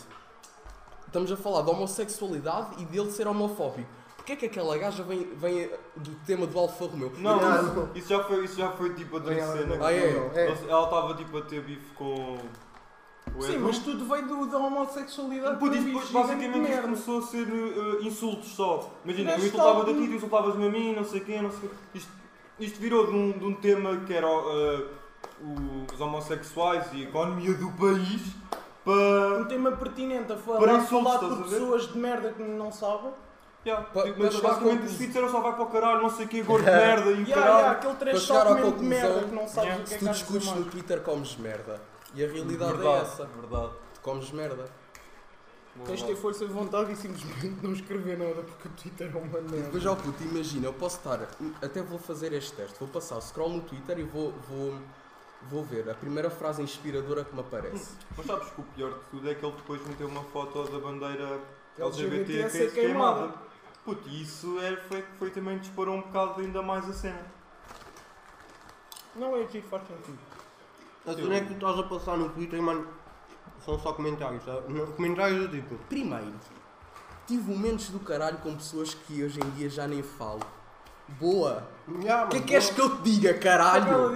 [SPEAKER 2] Estamos a falar de homossexualidade e dele ser homofóbico. Porquê é que aquela gaja vem, vem do tema do Alfa Romeo?
[SPEAKER 3] Não,
[SPEAKER 1] Yeah.
[SPEAKER 3] isso- isso já foi, isso já foi tipo outra
[SPEAKER 1] Não,
[SPEAKER 3] cena.
[SPEAKER 1] não,
[SPEAKER 2] Ah, é?
[SPEAKER 1] né? não,
[SPEAKER 3] Ela estava tipo a ter bife com. o
[SPEAKER 4] Sim,
[SPEAKER 3] Edu.
[SPEAKER 4] mas tudo veio do, da homossexualidade.
[SPEAKER 3] Depois,
[SPEAKER 4] do
[SPEAKER 3] disso,
[SPEAKER 4] bicho,
[SPEAKER 3] depois, basicamente
[SPEAKER 4] gigante
[SPEAKER 3] isto
[SPEAKER 4] de merda.
[SPEAKER 3] começou a ser eh, eh, insultos só. Imagina, eu
[SPEAKER 4] Mas só-
[SPEAKER 3] insultava-te a ti, tu insultavas-me a mim, não sei quem, não sei o quê. Isto, isto virou de um, de um tema que era eh, os homossexuais e a economia do país para.
[SPEAKER 2] é
[SPEAKER 4] Um tema pertinente a falar,
[SPEAKER 3] Para
[SPEAKER 4] para
[SPEAKER 3] insultos,
[SPEAKER 4] falar
[SPEAKER 3] estás
[SPEAKER 4] por
[SPEAKER 3] a ver?
[SPEAKER 4] pessoas de merda que não sabem.
[SPEAKER 3] Yeah,
[SPEAKER 2] Pa-
[SPEAKER 3] tipo, mas
[SPEAKER 2] para chegar à
[SPEAKER 3] basicamente os
[SPEAKER 2] conclusão-
[SPEAKER 3] tweets eram só vai para o caralho, não sei o quê, gordo de merda e o
[SPEAKER 4] Yeah, yeah,
[SPEAKER 3] caralho.
[SPEAKER 4] aquele
[SPEAKER 2] Para
[SPEAKER 4] trash
[SPEAKER 2] chegar à
[SPEAKER 4] talk mesmo de merda
[SPEAKER 2] conclusão,
[SPEAKER 4] que não sabes
[SPEAKER 3] yeah.
[SPEAKER 4] o que é
[SPEAKER 2] Se
[SPEAKER 4] que
[SPEAKER 2] tu
[SPEAKER 4] há de
[SPEAKER 2] discutes
[SPEAKER 4] dizer mais.
[SPEAKER 2] no Twitter, comes merda. E a realidade é
[SPEAKER 3] Verdade,
[SPEAKER 2] essa.
[SPEAKER 3] verdade.
[SPEAKER 2] Tu comes merda.
[SPEAKER 4] Tens de ter força de vontade e simplesmente não escrever nada porque o Twitter é uma
[SPEAKER 2] E depois,
[SPEAKER 4] merda.
[SPEAKER 2] ó puto, imagina, eu posso estar. Até vou fazer este teste. Vou passar o scroll no Twitter e vou, vou, vou ver a primeira frase inspiradora que me aparece.
[SPEAKER 3] Mas sabes que o pior de tudo é que ele depois meteu uma foto da bandeira
[SPEAKER 4] LGBT
[SPEAKER 2] é
[SPEAKER 4] a
[SPEAKER 3] LGBT a
[SPEAKER 4] é ser
[SPEAKER 3] ser
[SPEAKER 4] queimada.
[SPEAKER 3] queimada. Puto, e isso é, foi, foi também disparou um bocado ainda mais a cena.
[SPEAKER 4] Não é aqui que faz sentido.
[SPEAKER 1] A cena é que tu estás a passar no Twitter, mano, são só comentários, tá? Não- comentários do tipo.
[SPEAKER 2] Primeiro, tive momentos do caralho com pessoas que hoje em dia já nem falo. Boa!
[SPEAKER 1] "Ya,
[SPEAKER 2] O que é
[SPEAKER 1] mano,
[SPEAKER 2] que queres que eu te diga, caralho?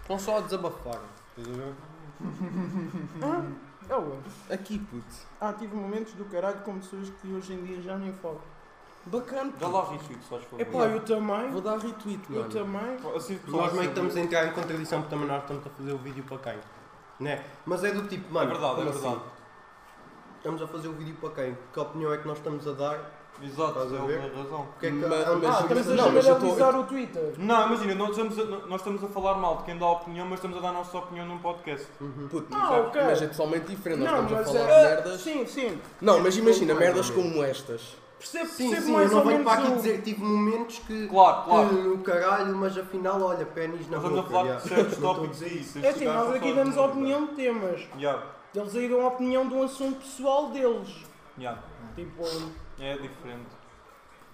[SPEAKER 1] Estão só a desabafar. Estás a ver?
[SPEAKER 4] É o
[SPEAKER 2] Aqui, puto.
[SPEAKER 4] Ah, tive momentos do caralho com pessoas que hoje em dia já nem falo.
[SPEAKER 2] Bacana,
[SPEAKER 3] Dá
[SPEAKER 2] puto.
[SPEAKER 3] lá retweet, só faz favor.
[SPEAKER 4] Epá, eu também.
[SPEAKER 2] Vou dar retweet,
[SPEAKER 4] Eu
[SPEAKER 2] mano.
[SPEAKER 4] também.
[SPEAKER 3] Assim, pessoal,
[SPEAKER 1] Nós meio que
[SPEAKER 3] assim,
[SPEAKER 1] estamos a entrar em contradição porque também nós estamos a fazer o vídeo para quem? Né? Mas é do tipo,
[SPEAKER 3] É
[SPEAKER 1] mano.
[SPEAKER 3] verdade, é
[SPEAKER 1] como
[SPEAKER 3] verdade.
[SPEAKER 1] assim? Estamos a fazer o vídeo para quem? Que opinião é que nós estamos a dar?
[SPEAKER 3] Exato,
[SPEAKER 1] Estás a
[SPEAKER 3] é
[SPEAKER 1] ver?
[SPEAKER 3] uma razão.
[SPEAKER 1] O que é que
[SPEAKER 2] Mas-
[SPEAKER 1] é um-
[SPEAKER 2] mas-
[SPEAKER 4] Ah,
[SPEAKER 1] Ah,
[SPEAKER 4] estamos a
[SPEAKER 2] não, mas eu tô-
[SPEAKER 4] generalizar o Twitter.
[SPEAKER 3] Não, imagina, nós estamos, a, nós estamos a falar mal de quem dá opinião, mas estamos a dar a nossa opinião num podcast.
[SPEAKER 2] Puto,
[SPEAKER 4] Ah,
[SPEAKER 2] mas é-
[SPEAKER 4] ok.
[SPEAKER 2] mas é totalmente diferente. Nós
[SPEAKER 4] Não,
[SPEAKER 2] estamos a
[SPEAKER 4] mas
[SPEAKER 2] falar
[SPEAKER 4] é-
[SPEAKER 2] de merdas.
[SPEAKER 4] Sim, sim.
[SPEAKER 2] Não, mas imagina,
[SPEAKER 1] Não,
[SPEAKER 2] merdas
[SPEAKER 1] não, não.
[SPEAKER 2] como estas.
[SPEAKER 4] Percebo,
[SPEAKER 1] Sim,
[SPEAKER 4] percebo
[SPEAKER 1] sim, eu
[SPEAKER 4] mais
[SPEAKER 1] não
[SPEAKER 4] ou
[SPEAKER 1] venho
[SPEAKER 4] menos
[SPEAKER 1] para aqui
[SPEAKER 4] o...
[SPEAKER 1] dizer que tive momentos que.
[SPEAKER 3] Claro,
[SPEAKER 1] que
[SPEAKER 3] claro.
[SPEAKER 1] no caralho, mas afinal, olha, pênis Eh, na
[SPEAKER 3] Nós
[SPEAKER 1] boca.
[SPEAKER 3] estamos a falar de
[SPEAKER 1] já.
[SPEAKER 3] certos
[SPEAKER 1] Não estou a
[SPEAKER 3] tópicos
[SPEAKER 1] dizer
[SPEAKER 3] e isso.
[SPEAKER 4] É assim, nós aqui damos a opinião de temas.
[SPEAKER 3] Yeah,
[SPEAKER 4] Eles aí dão a opinião de um assunto pessoal deles.
[SPEAKER 3] yeah.
[SPEAKER 4] Tipo,
[SPEAKER 3] É diferente.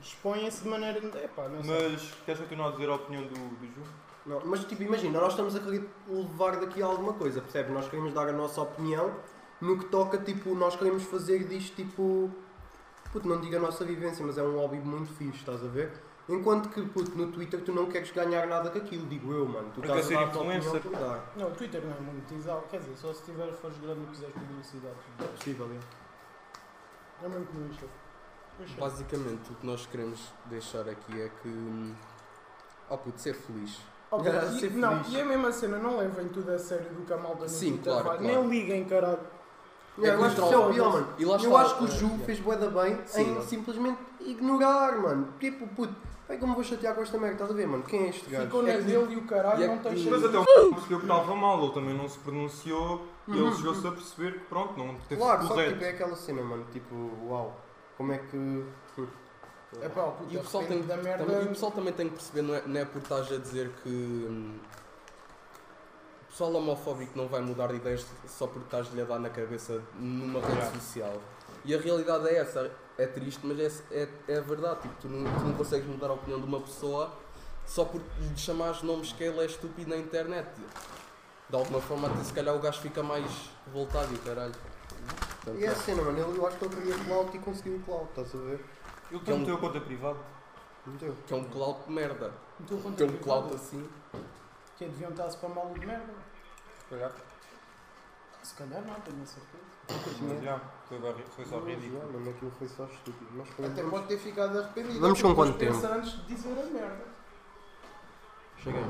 [SPEAKER 4] expõem-se de maneira... Epá, não sei.
[SPEAKER 3] Mas queres continuar a dizer a opinião do, do Ju?
[SPEAKER 1] Não, mas tipo, imagina, nós estamos a querer levar daqui alguma coisa, percebe? Nós queremos dar a nossa opinião no que toca, tipo, nós queremos fazer disto, tipo. Puto, não digo a nossa vivência, mas é um hobby muito fixe, estás a ver? Enquanto que, puto, no Twitter tu não queres ganhar nada com aquilo, digo eu, mano. Tu
[SPEAKER 3] Eu quero
[SPEAKER 1] estás a
[SPEAKER 3] ser
[SPEAKER 1] dar a tua
[SPEAKER 3] influencer.
[SPEAKER 1] opinião por dar.
[SPEAKER 4] Não, o Twitter não é monetizado. Quer dizer, só se tiver, fores grande e quiseres publicidade.
[SPEAKER 1] É possível, é.
[SPEAKER 4] É mesmo que não enxergo. Enxergo.
[SPEAKER 2] Basicamente, o que nós queremos deixar aqui é que. hum, Oh puto, ser feliz.
[SPEAKER 4] Ok,
[SPEAKER 1] Ah,
[SPEAKER 4] e-
[SPEAKER 1] ser
[SPEAKER 4] não,
[SPEAKER 1] feliz.
[SPEAKER 4] e a mesma cena, não levem tudo a sério do que a malta no
[SPEAKER 2] Sim,
[SPEAKER 4] Twitter
[SPEAKER 2] claro,
[SPEAKER 4] vai.
[SPEAKER 2] claro.
[SPEAKER 4] Nem liguem, caralho.
[SPEAKER 1] É, eu acho que isso é o pior, mano.
[SPEAKER 2] E lá
[SPEAKER 1] Eu
[SPEAKER 2] está,
[SPEAKER 1] acho que o
[SPEAKER 2] é,
[SPEAKER 1] Ju
[SPEAKER 2] é.
[SPEAKER 1] fez bué da bem
[SPEAKER 2] Sim,
[SPEAKER 1] em
[SPEAKER 2] mano.
[SPEAKER 1] simplesmente ignorar, mano. Tipo, puto, como é que eu me vou chatear com esta merda? Estás a ver, mano? Quem é este gajo?
[SPEAKER 4] Ficou na
[SPEAKER 2] É que-
[SPEAKER 4] dele e o caralho
[SPEAKER 2] é
[SPEAKER 4] não
[SPEAKER 2] que-
[SPEAKER 4] tem
[SPEAKER 3] Mas
[SPEAKER 4] cheiro.
[SPEAKER 3] até o Marco percebeu que estava mal, ele também não se pronunciou e ele chegou-se a perceber que pronto, não teve
[SPEAKER 1] Claro, só que
[SPEAKER 3] correto.
[SPEAKER 1] tipo, é aquela cena, mano. Tipo, uau, como é que.
[SPEAKER 4] É pá, o puto,
[SPEAKER 2] E o, pessoal tem,
[SPEAKER 4] arrepende da merda.
[SPEAKER 2] também, e o pessoal também tem que perceber, não é, não é por estás a dizer que hum, o pessoal homofóbico não vai mudar de ideias só porque estás-lhe a dar na cabeça numa rede
[SPEAKER 3] Yeah.
[SPEAKER 2] social. E a realidade é essa, é triste, mas é, é, é verdade. Tipo, tu, não, tu não consegues mudar a opinião de uma pessoa só porque lhe chamares nomes que ele é estúpido na internet. De alguma forma, até se calhar o gajo fica mais voltado e o caralho. Portanto,
[SPEAKER 1] E é a cena, mano. Eu, eu acho que ele queria clout e conseguiu o clout, estás a ver?
[SPEAKER 4] é
[SPEAKER 3] Ele
[SPEAKER 4] um
[SPEAKER 3] tem a tua conta privada.
[SPEAKER 1] Entendeu?
[SPEAKER 2] Que é um clout de merda.
[SPEAKER 4] Então, quanto
[SPEAKER 2] Que é
[SPEAKER 4] é
[SPEAKER 2] um
[SPEAKER 4] que
[SPEAKER 2] clout
[SPEAKER 4] vale?
[SPEAKER 2] assim.
[SPEAKER 4] Que é, deviam estar-se para mal de merda.
[SPEAKER 1] Olha,
[SPEAKER 4] Se calhar não, tenho a certeza.
[SPEAKER 3] Mas, já, foi, bem- foi só ridículo.
[SPEAKER 1] Mano, aquilo foi só estúpido. Mas foi
[SPEAKER 4] é Até pode ter ficado arrependido.
[SPEAKER 1] Vamos com
[SPEAKER 4] Depois
[SPEAKER 1] quanto tempo?
[SPEAKER 4] pensa antes de dizer a merda.
[SPEAKER 1] Cheguei.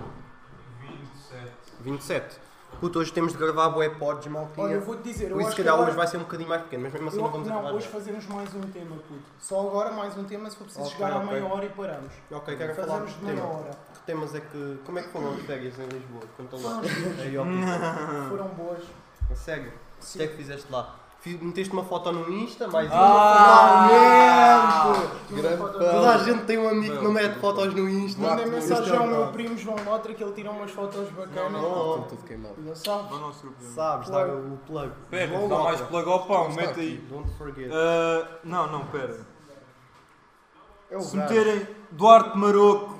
[SPEAKER 5] 27.
[SPEAKER 1] 27. Puto, hoje temos de gravar bué pods,
[SPEAKER 4] Olha, eu
[SPEAKER 1] maltinha.
[SPEAKER 4] vou-te dizer, eu
[SPEAKER 1] Por isso, se
[SPEAKER 4] acho que
[SPEAKER 1] calhar
[SPEAKER 4] agora-
[SPEAKER 1] hoje vai ser um bocadinho mais pequeno, mas mesmo assim
[SPEAKER 4] Eu-
[SPEAKER 1] não vamos
[SPEAKER 4] não,
[SPEAKER 1] acabar.
[SPEAKER 4] hoje
[SPEAKER 1] já.
[SPEAKER 4] fazemos mais um tema, puto. Só agora mais um tema se for preciso
[SPEAKER 1] Ok,
[SPEAKER 4] chegar à
[SPEAKER 1] ok.
[SPEAKER 4] meia hora e paramos.
[SPEAKER 1] Ok, quero falar
[SPEAKER 4] Fazemos
[SPEAKER 1] de
[SPEAKER 4] de meia
[SPEAKER 1] tema.
[SPEAKER 4] hora.
[SPEAKER 1] Que temas é que. Como é que foram as férias em Lisboa? Conta lá.
[SPEAKER 4] Foram as boas.
[SPEAKER 1] Aí, ó, Pito,
[SPEAKER 4] Foram boas.
[SPEAKER 1] a sério. O Ah. que é
[SPEAKER 4] Sim.
[SPEAKER 1] que fizeste lá? Fi- Meteste uma foto no Insta, mais uma. Finalmente!
[SPEAKER 3] Ah!
[SPEAKER 4] Grande
[SPEAKER 3] Então,
[SPEAKER 1] Toda a gente tem um amigo que não mete fotos no Insta.
[SPEAKER 4] Mandei
[SPEAKER 1] Isto é
[SPEAKER 4] mensagem
[SPEAKER 3] um
[SPEAKER 4] ao meu
[SPEAKER 1] verdade.
[SPEAKER 4] primo João Motra que ele tirou umas fotos bacanas.
[SPEAKER 1] Não, não.
[SPEAKER 2] Estão tudo queimado.
[SPEAKER 4] Não sabes?
[SPEAKER 3] Não, não se preocupe.
[SPEAKER 1] Sabes, dar o plug.
[SPEAKER 3] Pera,
[SPEAKER 1] João
[SPEAKER 3] dá mais
[SPEAKER 1] Mota.
[SPEAKER 3] plug ao pão,
[SPEAKER 2] Está
[SPEAKER 3] mete
[SPEAKER 2] aqui.
[SPEAKER 3] aí.
[SPEAKER 1] Don't forget.
[SPEAKER 3] Ah, não, não, pera.
[SPEAKER 1] É o
[SPEAKER 3] Se
[SPEAKER 1] gajo.
[SPEAKER 3] meterem Duarte Maroco,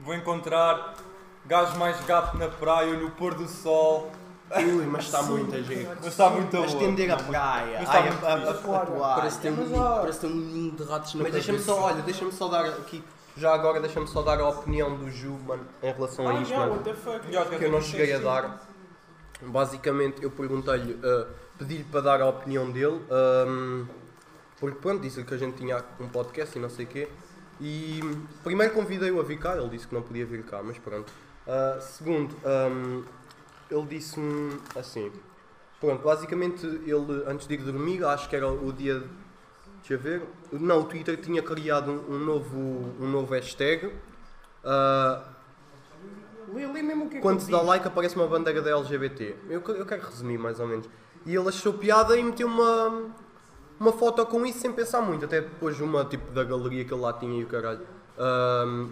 [SPEAKER 3] vou encontrar gajo mais gato na praia, no pôr do sol.
[SPEAKER 1] Ui, mas está muito a gente.
[SPEAKER 3] Mas está muito
[SPEAKER 1] Mas
[SPEAKER 3] boa.
[SPEAKER 1] tender a
[SPEAKER 3] Não,
[SPEAKER 1] praia.
[SPEAKER 3] mas está
[SPEAKER 1] Ai, a,
[SPEAKER 3] muito
[SPEAKER 1] a,
[SPEAKER 3] fixe.
[SPEAKER 1] a, a toalha.
[SPEAKER 2] Parece ter um,
[SPEAKER 4] mas,
[SPEAKER 2] ninho-
[SPEAKER 4] ó.
[SPEAKER 2] parece ter um ninho de ratos na
[SPEAKER 1] Mas deixa-me
[SPEAKER 2] cabeça.
[SPEAKER 1] só, olha, deixa-me só dar aqui. Já agora, deixa-me só dar a opinião do Ju, mano, em relação a
[SPEAKER 4] Ah,
[SPEAKER 1] isto,
[SPEAKER 4] já,
[SPEAKER 1] mano.
[SPEAKER 4] what the fuck.
[SPEAKER 3] Já, já,
[SPEAKER 1] que eu não cheguei a dar. Basicamente, eu perguntei-lhe, ah, pedi-lhe para dar a opinião dele, ahm, porque pronto, disse-lhe que a gente tinha um podcast e não sei o quê. E primeiro convidei-o a vir cá, ele disse que não podia vir cá, mas pronto. Ah, segundo, ahm, ele disse-me assim: pronto, basicamente, ele antes de ir dormir, acho que era o dia Deixa eu ver. Não, o Twitter tinha criado um, um novo, um novo hashtag. Ah,
[SPEAKER 6] Lê, lê mesmo o que é
[SPEAKER 1] quando
[SPEAKER 6] que
[SPEAKER 1] se
[SPEAKER 6] ele
[SPEAKER 1] dá
[SPEAKER 6] diz.
[SPEAKER 1] like aparece uma bandeira da LGBT. Eu, que- eu quero resumir mais ou menos. E ele achou piada e meteu uma, uma foto com isso sem pensar muito. Até depois uma tipo da galeria que ele lá tinha e o caralho. Ahm,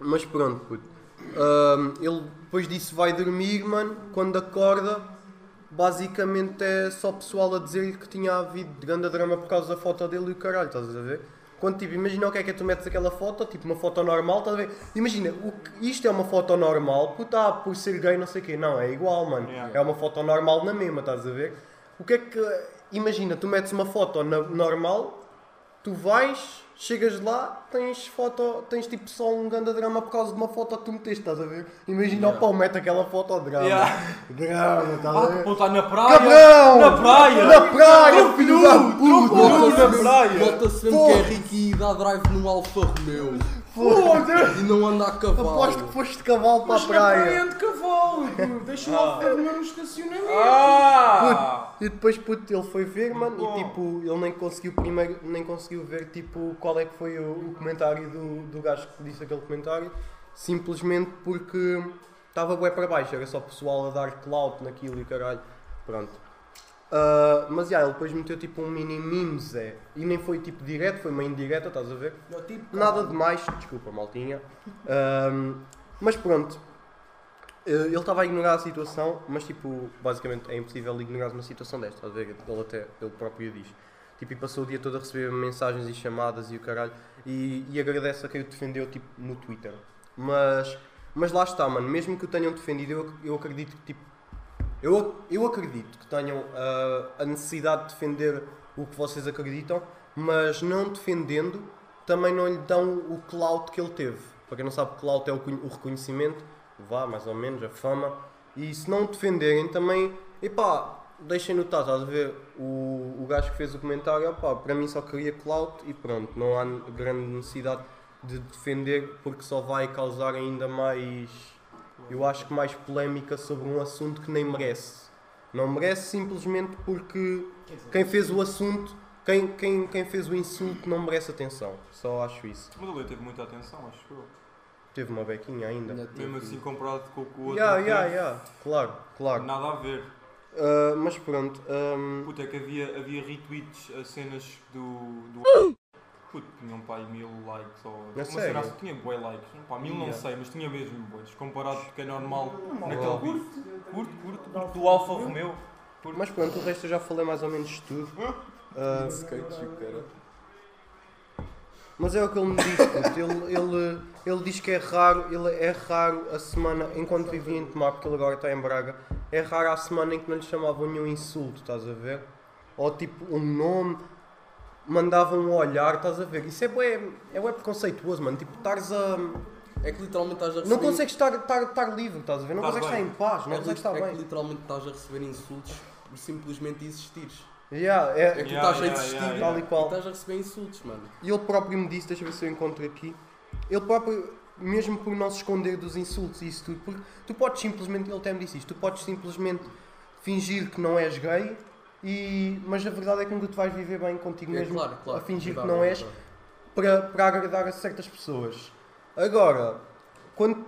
[SPEAKER 1] mas pronto, puto. Ahm, ele depois disse vai dormir, mano. Quando acorda, basicamente é só pessoal a dizer que tinha havido grande drama por causa da foto dele e o caralho, estás a ver? Quando tipo, imagina o que é que é tu metes aquela foto, tipo uma foto normal, estás a ver? Imagina, o que- isto é uma foto normal, puta, ah, por ser gay não sei o quê, não, é igual, mano.
[SPEAKER 3] Yeah.
[SPEAKER 1] É uma foto normal na mesma, estás a ver? O que é que. Imagina, tu metes uma foto na- normal, tu vais, chegas lá, tens foto, tens tipo só um grande drama por causa de uma foto que tu meteste, estás a ver? Imagina, o pau mete aquela foto ao drama.
[SPEAKER 3] Yeah.
[SPEAKER 1] Drama, estás a
[SPEAKER 3] Ah,
[SPEAKER 1] ver?
[SPEAKER 3] tu lá na praia!
[SPEAKER 1] Cabrão!
[SPEAKER 3] Na praia!
[SPEAKER 1] Na praia, filho da puta!
[SPEAKER 3] na praia!
[SPEAKER 2] Nota-se mesmo que é rico e dá drive no Alfa Romeo
[SPEAKER 1] Foda-se!
[SPEAKER 2] e não anda a
[SPEAKER 1] Aposto que
[SPEAKER 2] cavalo.
[SPEAKER 1] foste de cavalo para a
[SPEAKER 4] Mas na praia
[SPEAKER 1] praia.
[SPEAKER 4] de cavalo, puto. Deixa-me ah. meu no estacionamento.
[SPEAKER 3] Ah!
[SPEAKER 1] E depois, puto, ele foi ver, mano,
[SPEAKER 3] Bom.
[SPEAKER 1] e tipo, ele nem conseguiu primeiro, nem conseguiu ver, tipo, qual é que foi o, o comentário do, do gajo que disse aquele comentário, simplesmente porque estava bué para baixo, era só pessoal a dar clout naquilo e o caralho, pronto. Ah, mas, já, ele depois meteu, tipo, um mini memes, é, e nem foi, tipo, direto, foi meio indireta, estás a ver?
[SPEAKER 4] Não, tipo,
[SPEAKER 1] Nada demais, desculpa, maltinha. Ahm, mas pronto, Eh, ele estava a ignorar a situação, mas tipo, basicamente é impossível ignorar uma situação desta, estás a ver? Ele até, ele próprio diz. Tipo, e passou o dia todo a receber mensagens e chamadas e o caralho, e, e agradece a quem o defendeu, tipo, no Twitter. Mas, mas lá está, mano, mesmo que o tenham defendido, eu, ac- eu acredito que, tipo, eu, ac- eu acredito que tenham ah, a necessidade de defender o que vocês acreditam, mas não defendendo, também não lhe dão o clout que ele teve. Para quem não sabe, clout é o, conhe- o reconhecimento, vá, mais ou menos, a fama. E se não o defenderem, também, epá, deixem notar, estás a ver? O, o gajo que fez o comentário, opá, para mim só queria clout e pronto, não há n- grande necessidade de defender porque só vai causar ainda mais, eu acho que mais polémica sobre um assunto que nem merece. Não merece simplesmente porque quem fez o assunto, quem, quem, quem fez o insulto não merece atenção. Só acho isso.
[SPEAKER 3] Mas ele teve muita atenção, acho eu.
[SPEAKER 1] Teve uma bequinha ainda.
[SPEAKER 3] Mesmo assim, comparado com o que o outro.
[SPEAKER 1] Yeah,
[SPEAKER 3] teve,
[SPEAKER 1] yeah, yeah. Claro, claro.
[SPEAKER 3] Nada a ver.
[SPEAKER 1] Ah, mas pronto. ah, ahm,
[SPEAKER 3] Puta, é que havia, havia retweets a cenas do. do... Puto, tinham pá aí mil likes ou. uma
[SPEAKER 1] É sério?
[SPEAKER 3] cena assim, tinha bué likes. Pá, mil não
[SPEAKER 1] Yeah.
[SPEAKER 3] sei, mas tinha mesmo boas. Comparado com o que é normal
[SPEAKER 1] Normal.
[SPEAKER 3] naquele curto, curto, curto, curto do Alfa Romeo.
[SPEAKER 1] mas pronto, o resto eu já falei mais ou menos de tudo. Ah, Mas é o que ele me disse, puto. ele, ele, ele diz que é raro, ele é raro a semana, enquanto vivia em Tomar, porque ele agora está em Braga, é raro a semana em que não lhe chamavam nenhum insulto, estás a ver? Ou tipo, um nome, mandavam um olhar, estás a ver? Isso é bué, é bué preconceituoso, mano, tipo, estares a...
[SPEAKER 2] É que literalmente estás a receber.
[SPEAKER 1] Não consegues estar, estar, estar livre, estás a ver? Não
[SPEAKER 3] Estás
[SPEAKER 1] consegues estar
[SPEAKER 3] bem.
[SPEAKER 1] em paz, não
[SPEAKER 2] é,
[SPEAKER 1] consegues
[SPEAKER 2] que-
[SPEAKER 1] estar
[SPEAKER 2] é que
[SPEAKER 1] bem.
[SPEAKER 2] literalmente estás a receber insultos por simplesmente existires.
[SPEAKER 1] Yeah,
[SPEAKER 2] É
[SPEAKER 1] é,
[SPEAKER 2] que tu
[SPEAKER 3] Yeah,
[SPEAKER 2] estás a
[SPEAKER 3] yeah,
[SPEAKER 2] existir
[SPEAKER 3] yeah,
[SPEAKER 1] tal e
[SPEAKER 2] e
[SPEAKER 1] qual.
[SPEAKER 2] estás a receber insultos, mano.
[SPEAKER 1] E ele próprio me disse, deixa eu ver se eu encontro aqui, ele próprio, mesmo por não se esconder dos insultos e isso tudo, porque tu podes simplesmente, ele até me disse isto, tu podes simplesmente fingir que não és gay, e, mas a verdade é que nunca tu vais viver bem contigo
[SPEAKER 2] É
[SPEAKER 1] mesmo
[SPEAKER 2] claro, claro.
[SPEAKER 1] a fingir que
[SPEAKER 2] Verdade,
[SPEAKER 1] não és
[SPEAKER 2] verdade.
[SPEAKER 1] para, para agradar a certas pessoas. Agora, quando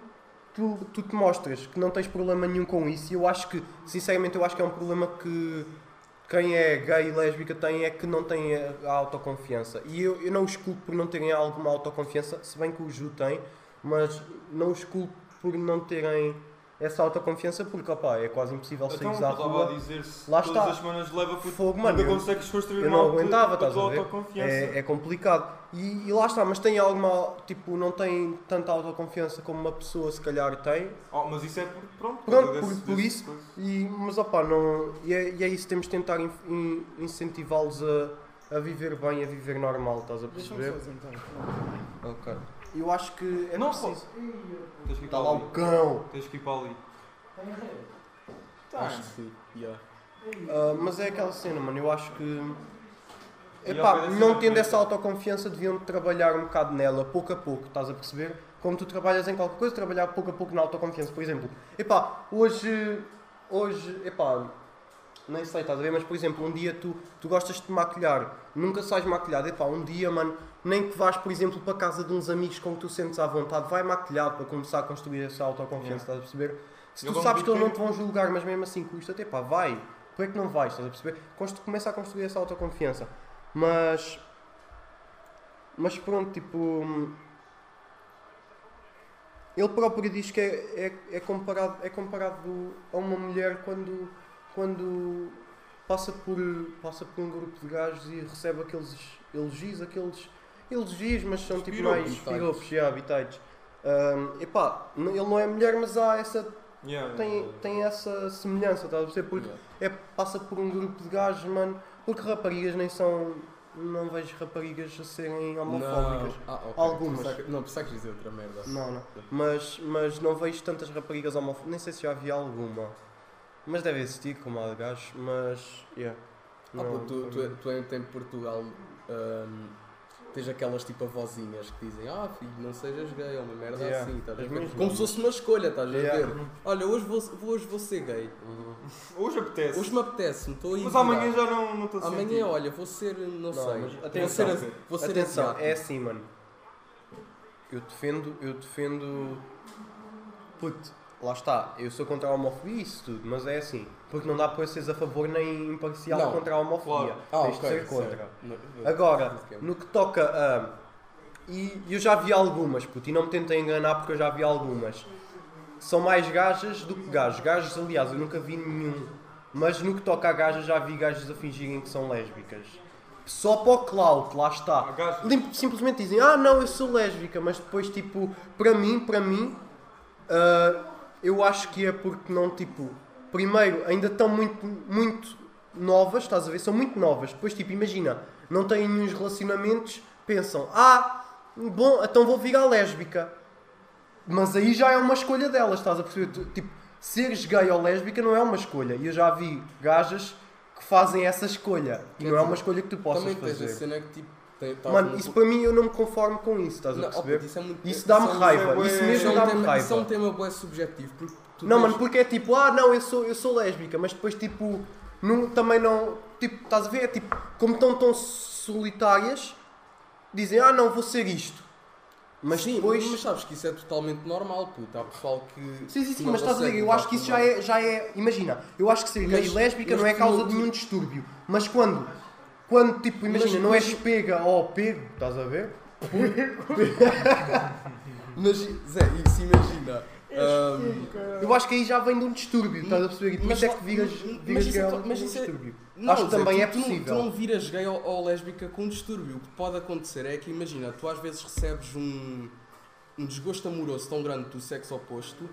[SPEAKER 1] tu, tu te mostras que não tens problema nenhum com isso, e eu acho que, sinceramente, eu acho que é um problema que quem é gay e lésbica tem é que não tem a a autoconfiança. E eu, eu não os culpo por não terem alguma autoconfiança, se bem que o Ju tem, mas não os culpo por não terem essa autoconfiança, porque opá, é quase impossível
[SPEAKER 3] Então, eu
[SPEAKER 1] sair à
[SPEAKER 3] estava a
[SPEAKER 1] rua.
[SPEAKER 3] dizer se
[SPEAKER 1] Lá
[SPEAKER 3] todas
[SPEAKER 1] está.
[SPEAKER 3] as semanas leva puto,
[SPEAKER 1] Fogo, mano,
[SPEAKER 3] nunca
[SPEAKER 1] eu-
[SPEAKER 3] consegues construir
[SPEAKER 1] Eu
[SPEAKER 3] uma
[SPEAKER 1] não
[SPEAKER 3] auto-
[SPEAKER 1] aguentava,
[SPEAKER 3] a
[SPEAKER 1] estás a
[SPEAKER 3] tua
[SPEAKER 1] ver?
[SPEAKER 3] autoconfiança.
[SPEAKER 1] É, é complicado. E, e lá está, mas tem alguma. Tipo, não tem tanta autoconfiança como uma pessoa se calhar tem,
[SPEAKER 3] Oh, mas isso é por, pronto, por
[SPEAKER 1] Pronto,
[SPEAKER 3] causa
[SPEAKER 1] por- por
[SPEAKER 3] desse
[SPEAKER 1] isso-
[SPEAKER 3] coisa.
[SPEAKER 1] E, mas opá, não, e, é, e é isso, temos de tentar in- in- incentivá-los a, a viver bem, a viver normal, estás a
[SPEAKER 4] Deixa-me
[SPEAKER 1] perceber?
[SPEAKER 4] fazer então.
[SPEAKER 1] Ok. Eu acho que é
[SPEAKER 3] Não,
[SPEAKER 1] preciso.
[SPEAKER 3] Tens que
[SPEAKER 1] Está
[SPEAKER 3] ir para
[SPEAKER 1] Tá lá o
[SPEAKER 3] ali.
[SPEAKER 1] cão!
[SPEAKER 3] Tens que ir para ali.
[SPEAKER 2] Acho que sim. Yeah.
[SPEAKER 1] Ah, mas é aquela cena, mano, eu acho que.
[SPEAKER 3] E ao
[SPEAKER 1] Epá,
[SPEAKER 3] pé dessa
[SPEAKER 1] não tendo
[SPEAKER 3] frente.
[SPEAKER 1] essa autoconfiança, deviam trabalhar um bocado nela, pouco a pouco, estás a perceber? Como tu trabalhas em qualquer coisa, trabalhar pouco a pouco na autoconfiança. Por exemplo, epá, hoje. Hoje, epá, nem sei, estás a ver? Mas, por exemplo, um dia tu, tu gostas de te maquilhar, nunca sais maquilhado. Epá, um dia, mano, nem que vás, por exemplo, para casa de uns amigos com que tu sentes à vontade, vai maquilhado para começar a construir essa autoconfiança, estás a perceber? Se
[SPEAKER 3] Eu
[SPEAKER 1] tu
[SPEAKER 3] vou
[SPEAKER 1] sabes que eles
[SPEAKER 3] meter-
[SPEAKER 1] não te vão julgar, mas mesmo assim custa, epá, vai. Por é que não vais, estás a perceber? Const- Começa a construir essa autoconfiança. Mas... Mas pronto, tipo... hum, Ele próprio diz que é, é, é comparado, é comparado a uma mulher quando, quando passa, por, passa por um grupo de gajos e recebe aqueles elogios, aqueles elogios, mas são tipo
[SPEAKER 3] Piropos.
[SPEAKER 1] mais piropos, yeah, habitantes. Hum, epá, n- ele não é mulher, mas há essa,
[SPEAKER 3] Yeah,
[SPEAKER 1] tem,
[SPEAKER 3] yeah.
[SPEAKER 1] tem essa semelhança, estás a perceber? Porque
[SPEAKER 2] Yeah.
[SPEAKER 1] é, passa por um grupo de gajos, mano, porque raparigas nem são. Não vejo raparigas a serem homofóbicas.
[SPEAKER 2] Não. Ah, ok.
[SPEAKER 1] Algumas.
[SPEAKER 2] Pensava que- Não, pensava que dizer outra merda.
[SPEAKER 1] Não, não. Mas, mas não vejo tantas raparigas homofóbicas. Nem sei se já havia alguma. Mas deve existir, como há de gajos, mas. Yeah.
[SPEAKER 2] Ah, pô, tu, tu, tu é em, em Portugal ahm, tens aquelas tipo avózinhas que dizem Ah filho, não sejas gay, é uma merda
[SPEAKER 1] Yeah.
[SPEAKER 2] assim, estás a
[SPEAKER 1] As
[SPEAKER 2] ver?
[SPEAKER 1] minhas
[SPEAKER 2] Como se fosse uma escolha, estás a
[SPEAKER 1] Yeah. Uhum.
[SPEAKER 2] ver? Olha, hoje vou, vou- hoje vou ser gay,
[SPEAKER 3] Hoje apetece.
[SPEAKER 2] hoje me apetece, me estou aí.
[SPEAKER 3] Mas amanhã é já não não estou a sentir.
[SPEAKER 2] Amanhã, olha, vou ser, não, sei,
[SPEAKER 1] mas
[SPEAKER 2] vou ser,
[SPEAKER 1] atenção.
[SPEAKER 2] asi- vou ser
[SPEAKER 1] Atenção,
[SPEAKER 2] asiático.
[SPEAKER 1] é assim, mano. Eu defendo, eu defendo. Puto, lá está. Eu sou contra a homofobia e isso tudo, mas é assim. Porque não dá para seres a favor nem imparcial
[SPEAKER 2] Não.
[SPEAKER 1] contra a homofobia.
[SPEAKER 2] Ah,
[SPEAKER 1] Tens
[SPEAKER 2] ok,
[SPEAKER 1] de ser
[SPEAKER 2] sei.
[SPEAKER 1] contra.
[SPEAKER 2] Não, não-
[SPEAKER 1] Agora,
[SPEAKER 2] não sei o é quê.
[SPEAKER 1] no que toca a. E eu já vi algumas, puto, e não me tentem enganar porque eu já vi algumas. São mais gajas do que gajos. Gajos, aliás, eu nunca vi nenhum. Mas no que toca a gajas, já vi gajas a fingirem que são lésbicas. Só para o clout, lá
[SPEAKER 3] Há
[SPEAKER 1] está.
[SPEAKER 3] gajos.
[SPEAKER 1] Lim- Simplesmente dizem, ah não, eu sou lésbica, mas depois, tipo, para mim, para mim, ah, eu acho que é porque não, tipo, primeiro, ainda estão muito, muito novas, estás a ver? São muito novas. Depois, tipo, imagina, não têm nenhum relacionamentos, pensam, ah, bom, então vou virar lésbica. Mas aí já é uma escolha delas, estás a perceber? Tu- Tipo, seres gay ou lésbica não é uma escolha. E eu já vi gajas que fazem essa escolha. E
[SPEAKER 2] Quer
[SPEAKER 1] não é
[SPEAKER 2] dizer,
[SPEAKER 1] uma escolha que tu possas
[SPEAKER 2] Também tens a
[SPEAKER 1] fazer.
[SPEAKER 2] cena que tipo... Tem, tá
[SPEAKER 1] Mano,
[SPEAKER 2] algum-
[SPEAKER 1] isso para mim eu não me conformo com isso, estás
[SPEAKER 2] Não,
[SPEAKER 1] a
[SPEAKER 2] ó, puto,
[SPEAKER 1] perceber?
[SPEAKER 2] isso é muito-
[SPEAKER 1] Isso dá-me
[SPEAKER 2] é um-
[SPEAKER 1] raiva,
[SPEAKER 3] bué-
[SPEAKER 1] isso
[SPEAKER 2] Isso é
[SPEAKER 1] mesmo
[SPEAKER 2] um
[SPEAKER 1] dá-me
[SPEAKER 2] tema- isso é um
[SPEAKER 1] raiva.
[SPEAKER 2] tema bem subjetivo, porque tu
[SPEAKER 1] Não,
[SPEAKER 2] tens-
[SPEAKER 1] mano, porque é tipo, ah não, eu sou, eu sou lésbica, mas depois tipo, não, também não. Tipo, estás a ver? É tipo, como estão tão solitárias, dizem, ah não, vou ser isto. Mas
[SPEAKER 2] Sim,
[SPEAKER 1] depois.
[SPEAKER 2] mas sabes que isso é totalmente normal, puto. Há pessoal que.
[SPEAKER 1] Sim, sim,
[SPEAKER 2] que
[SPEAKER 1] sim,
[SPEAKER 2] não
[SPEAKER 1] mas estás a ver,
[SPEAKER 2] consegue
[SPEAKER 1] eu acho que
[SPEAKER 2] lidar
[SPEAKER 1] isso
[SPEAKER 2] com
[SPEAKER 1] já
[SPEAKER 2] nada.
[SPEAKER 1] é, já é. Imagina, eu acho que ser gay e
[SPEAKER 2] Mas-
[SPEAKER 1] lésbica
[SPEAKER 2] mas
[SPEAKER 1] não é
[SPEAKER 2] tu
[SPEAKER 1] causa
[SPEAKER 2] não-
[SPEAKER 1] de nenhum distúrbio. Mas quando? Quando, tipo, imagina,
[SPEAKER 2] Mas-
[SPEAKER 1] não
[SPEAKER 2] mas-
[SPEAKER 1] és pega ou pego, estás a ver?
[SPEAKER 2] Mas, Zé, isso imagina. ahm,
[SPEAKER 1] Eu acho que aí já vem de um distúrbio, estás a perceber? E por
[SPEAKER 2] Mas
[SPEAKER 1] isso é
[SPEAKER 2] lá-
[SPEAKER 1] que viras,
[SPEAKER 2] mas- mas
[SPEAKER 1] viras
[SPEAKER 2] isso é
[SPEAKER 1] gay
[SPEAKER 2] to-
[SPEAKER 1] ou
[SPEAKER 2] mas
[SPEAKER 1] de um
[SPEAKER 2] isso é-
[SPEAKER 1] distúrbio.
[SPEAKER 2] não,
[SPEAKER 1] Acho que
[SPEAKER 2] Zé,
[SPEAKER 1] também
[SPEAKER 2] tu-
[SPEAKER 1] é
[SPEAKER 2] tu não-
[SPEAKER 1] possível.
[SPEAKER 2] Tu não viras gay ou, ou lésbica com distúrbio. O que pode acontecer é que, imagina, tu às vezes recebes um, um desgosto amoroso tão grande do sexo oposto,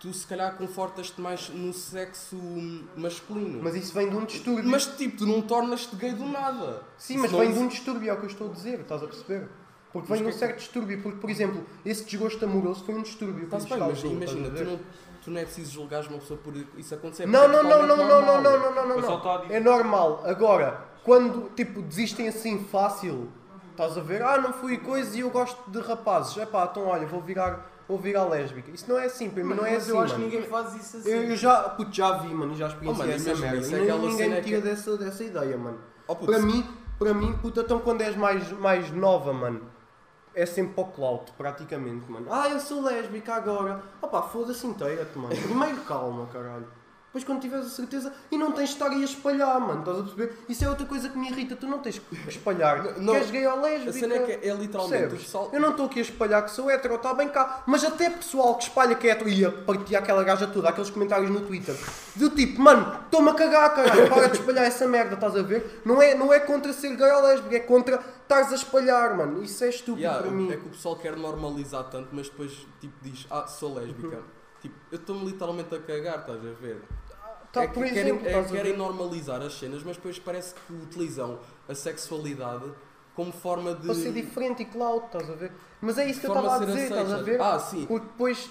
[SPEAKER 2] tu se calhar confortas-te mais no sexo hum, masculino.
[SPEAKER 1] Mas isso vem de um distúrbio.
[SPEAKER 2] Mas, tipo, tu não tornas-te gay do nada.
[SPEAKER 1] Sim,
[SPEAKER 2] Isso
[SPEAKER 1] mas
[SPEAKER 2] não
[SPEAKER 1] vem
[SPEAKER 2] exi-
[SPEAKER 1] de um distúrbio, é o que eu estou a dizer, estás a perceber? Porque
[SPEAKER 2] Mas
[SPEAKER 1] vem de um
[SPEAKER 2] que-
[SPEAKER 1] certo distúrbio, porque, por exemplo, esse desgosto amoroso foi um distúrbio. que
[SPEAKER 2] Está-se
[SPEAKER 1] lhes
[SPEAKER 2] bem, mas
[SPEAKER 1] causou,
[SPEAKER 2] imagina,
[SPEAKER 1] estás
[SPEAKER 2] tu
[SPEAKER 1] a ver?
[SPEAKER 2] não, tu não é preciso julgares uma pessoa por isso acontecer.
[SPEAKER 1] Não,
[SPEAKER 2] porque é
[SPEAKER 1] não, não, não,
[SPEAKER 2] totalmente
[SPEAKER 1] não, não,
[SPEAKER 2] normal.
[SPEAKER 1] não, não, não,
[SPEAKER 3] Eu só
[SPEAKER 1] não.
[SPEAKER 3] tô a dizer-
[SPEAKER 1] É normal. Agora, quando, tipo, desistem assim fácil, estás a ver? Ah, não fui coisa e eu gosto de rapazes. Epá, então olha, vou virar, vou virar lésbica. Isso não é assim, para mim não é
[SPEAKER 4] mas
[SPEAKER 1] assim,
[SPEAKER 4] eu acho que
[SPEAKER 1] mano.
[SPEAKER 4] ninguém faz isso assim.
[SPEAKER 1] Eu eu já, puto, já vi, mano, e já experienciei
[SPEAKER 2] Oh, mano,
[SPEAKER 1] essa
[SPEAKER 2] imagina,
[SPEAKER 1] merda.
[SPEAKER 2] isso é
[SPEAKER 1] E nem-
[SPEAKER 2] aquela
[SPEAKER 1] ninguém
[SPEAKER 2] cena
[SPEAKER 1] me tira
[SPEAKER 2] que-
[SPEAKER 1] dessa, dessa ideia, mano.
[SPEAKER 2] Oh, puto,
[SPEAKER 1] Para mim, para mim, puta, então quando és mais, mais nova, mano, é sempre para o clout, praticamente, mano. Ah, eu sou lésbica agora. Opá, foda-se inteira-te, mano. Primeiro calma, caralho. Depois quando tiveres a certeza, e não tens de estar aí a espalhar, mano, estás a perceber? Isso é outra coisa que me irrita, tu não tens que espalhar.
[SPEAKER 2] Não,
[SPEAKER 1] Queres gay ou lésbica?
[SPEAKER 2] A cena é que é, é literalmente
[SPEAKER 1] Percebes?
[SPEAKER 2] o pessoal.
[SPEAKER 1] Eu não estou aqui a espalhar que sou hétero, está bem cá. Mas até pessoal que espalha que é hétero e a partilhar aquela gaja toda, aqueles comentários no Twitter, do tipo, mano, estou-me a cagar, caralho, para de espalhar essa merda, estás a ver? Não é, não é contra ser gay ou lésbica, é contra estares a espalhar, mano. Isso é estúpido
[SPEAKER 2] Yeah,
[SPEAKER 1] para mim.
[SPEAKER 2] é que o pessoal quer normalizar tanto, mas depois tipo diz, ah, sou lésbica.
[SPEAKER 1] Uhum.
[SPEAKER 2] Tipo, eu estou-me literalmente a cagar, estás a ver?
[SPEAKER 1] Tá,
[SPEAKER 2] é que
[SPEAKER 1] por
[SPEAKER 2] querem,
[SPEAKER 1] exemplo,
[SPEAKER 2] é que
[SPEAKER 1] estás a
[SPEAKER 2] querem
[SPEAKER 1] ver?
[SPEAKER 2] normalizar as cenas, mas depois parece que utilizam a sexualidade como forma de.
[SPEAKER 1] Para ser diferente e clout, estás a ver? Mas é isso que eu
[SPEAKER 2] forma
[SPEAKER 1] estava a
[SPEAKER 2] de ser
[SPEAKER 1] dizer, estás a
[SPEAKER 2] aceita.
[SPEAKER 1] ver?
[SPEAKER 2] Ah, sim.
[SPEAKER 1] Porque depois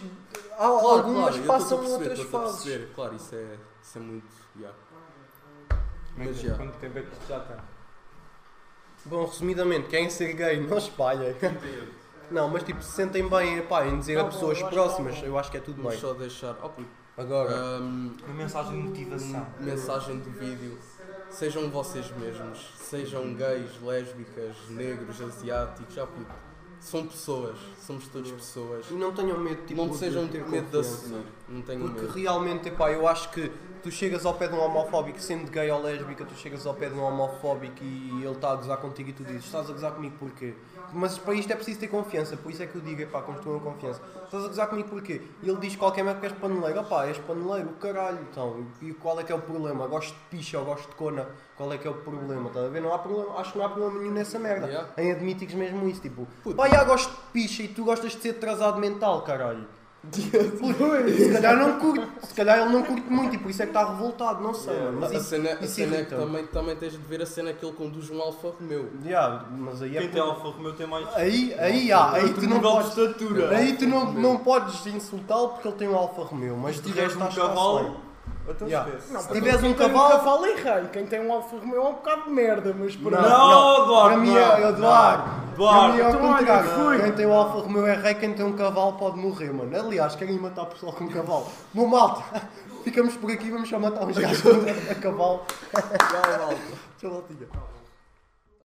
[SPEAKER 1] há
[SPEAKER 2] Claro,
[SPEAKER 1] algumas
[SPEAKER 2] claro, eu estou-te
[SPEAKER 1] passam
[SPEAKER 2] a perceber,
[SPEAKER 1] outras
[SPEAKER 2] estou-te a
[SPEAKER 1] fases.
[SPEAKER 2] perceber. Claro, isso é, isso é muito. yeah.
[SPEAKER 3] Como é que-
[SPEAKER 2] Mas já.
[SPEAKER 3] Quanto tempo é
[SPEAKER 4] tá.
[SPEAKER 3] que isto já está?
[SPEAKER 1] Bom, resumidamente, quem ser gay não espalha. Não, mas tipo, se sentem bem epá, em dizer
[SPEAKER 4] Tá
[SPEAKER 1] a
[SPEAKER 4] bom,
[SPEAKER 1] pessoas
[SPEAKER 4] eu acho que tá
[SPEAKER 1] próximas,
[SPEAKER 4] bom.
[SPEAKER 1] eu acho que é tudo
[SPEAKER 2] Vamos
[SPEAKER 1] bem.
[SPEAKER 2] só deixar. Oh, puto.
[SPEAKER 1] Agora,
[SPEAKER 2] Ahm,
[SPEAKER 3] Uma mensagem de motivação.
[SPEAKER 2] mensagem do vídeo. Sejam vocês mesmos. Sejam gays, lésbicas, negros, asiáticos. Já puto. São pessoas. Somos todos pessoas.
[SPEAKER 1] e não tenham medo tipo,
[SPEAKER 2] Ah. não sejam
[SPEAKER 1] de ter
[SPEAKER 2] medo de
[SPEAKER 1] confiança.
[SPEAKER 2] assumir. Não tenham
[SPEAKER 1] Porque
[SPEAKER 2] medo.
[SPEAKER 1] realmente, epá, eu acho que tu chegas ao pé de um homofóbico sendo gay ou lésbica, tu chegas ao pé de um homofóbico e ele está a gozar contigo e tu dizes, estás a gozar comigo porquê? Mas para isto é preciso ter confiança, por isso é que eu digo, epá, construam confiança. Estás a gozar comigo porquê? E ele diz qualquer merda que és paneleiro, opá, és paneleiro, caralho, então, e qual é que é o problema? Gosto de picha ou gosto de cona, qual é que é o problema? Estás a ver? Não há problema, acho que não há problema nenhum nessa merda.
[SPEAKER 2] Yeah.
[SPEAKER 1] Em admitires mesmo isso, tipo,
[SPEAKER 2] Puto.
[SPEAKER 1] pá, já gosto de picha e tu gostas de ser atrasado mental, caralho. Puto, se calhar não curte, se calhar ele não curte muito e por isso é que está revoltado, não sei, mano. Mas
[SPEAKER 2] a
[SPEAKER 1] isso,
[SPEAKER 2] cena, a
[SPEAKER 1] isso
[SPEAKER 2] cena é que
[SPEAKER 1] irrita-me.
[SPEAKER 2] também, também tens de ver a cena que ele conduz um Alfa Romeo.
[SPEAKER 1] Yeah, mas aí é.
[SPEAKER 3] Quem tem Alfa Romeo tem mais.
[SPEAKER 1] Aí, aí, há, Ah, aí tu não
[SPEAKER 3] nível de
[SPEAKER 1] podes.
[SPEAKER 3] estatura.
[SPEAKER 1] Aí tu não, não podes insultá-lo porque ele tem um Alfa Romeo, mas
[SPEAKER 3] Se
[SPEAKER 1] de
[SPEAKER 3] tiveres
[SPEAKER 1] resto
[SPEAKER 3] um
[SPEAKER 1] acho que está
[SPEAKER 3] cavalo.
[SPEAKER 1] bem.
[SPEAKER 3] Então
[SPEAKER 1] Yeah.
[SPEAKER 3] esquece.
[SPEAKER 4] Não,
[SPEAKER 1] Se
[SPEAKER 4] para
[SPEAKER 1] tiveres
[SPEAKER 4] quem
[SPEAKER 1] um
[SPEAKER 4] tem
[SPEAKER 1] cavalo-
[SPEAKER 4] cavalo é rei. Quem tem um Alfa Romeo é um bocado de merda, mas pronto.
[SPEAKER 1] Não,
[SPEAKER 3] Não, Eduardo!
[SPEAKER 1] Para mim é é Eduardo. Para mim é
[SPEAKER 3] Eduardo!
[SPEAKER 1] ao
[SPEAKER 4] Então, olha, fui.
[SPEAKER 1] contrário. Quem tem um Alfa Romeo é rei, quem tem um cavalo pode morrer, mano. Aliás, querem matar pessoal com cavalo. Meu malta, ficamos por aqui, vamos só matar uns gajos com- a cavalo.
[SPEAKER 2] Já, malta.
[SPEAKER 1] Tchau, maltinha.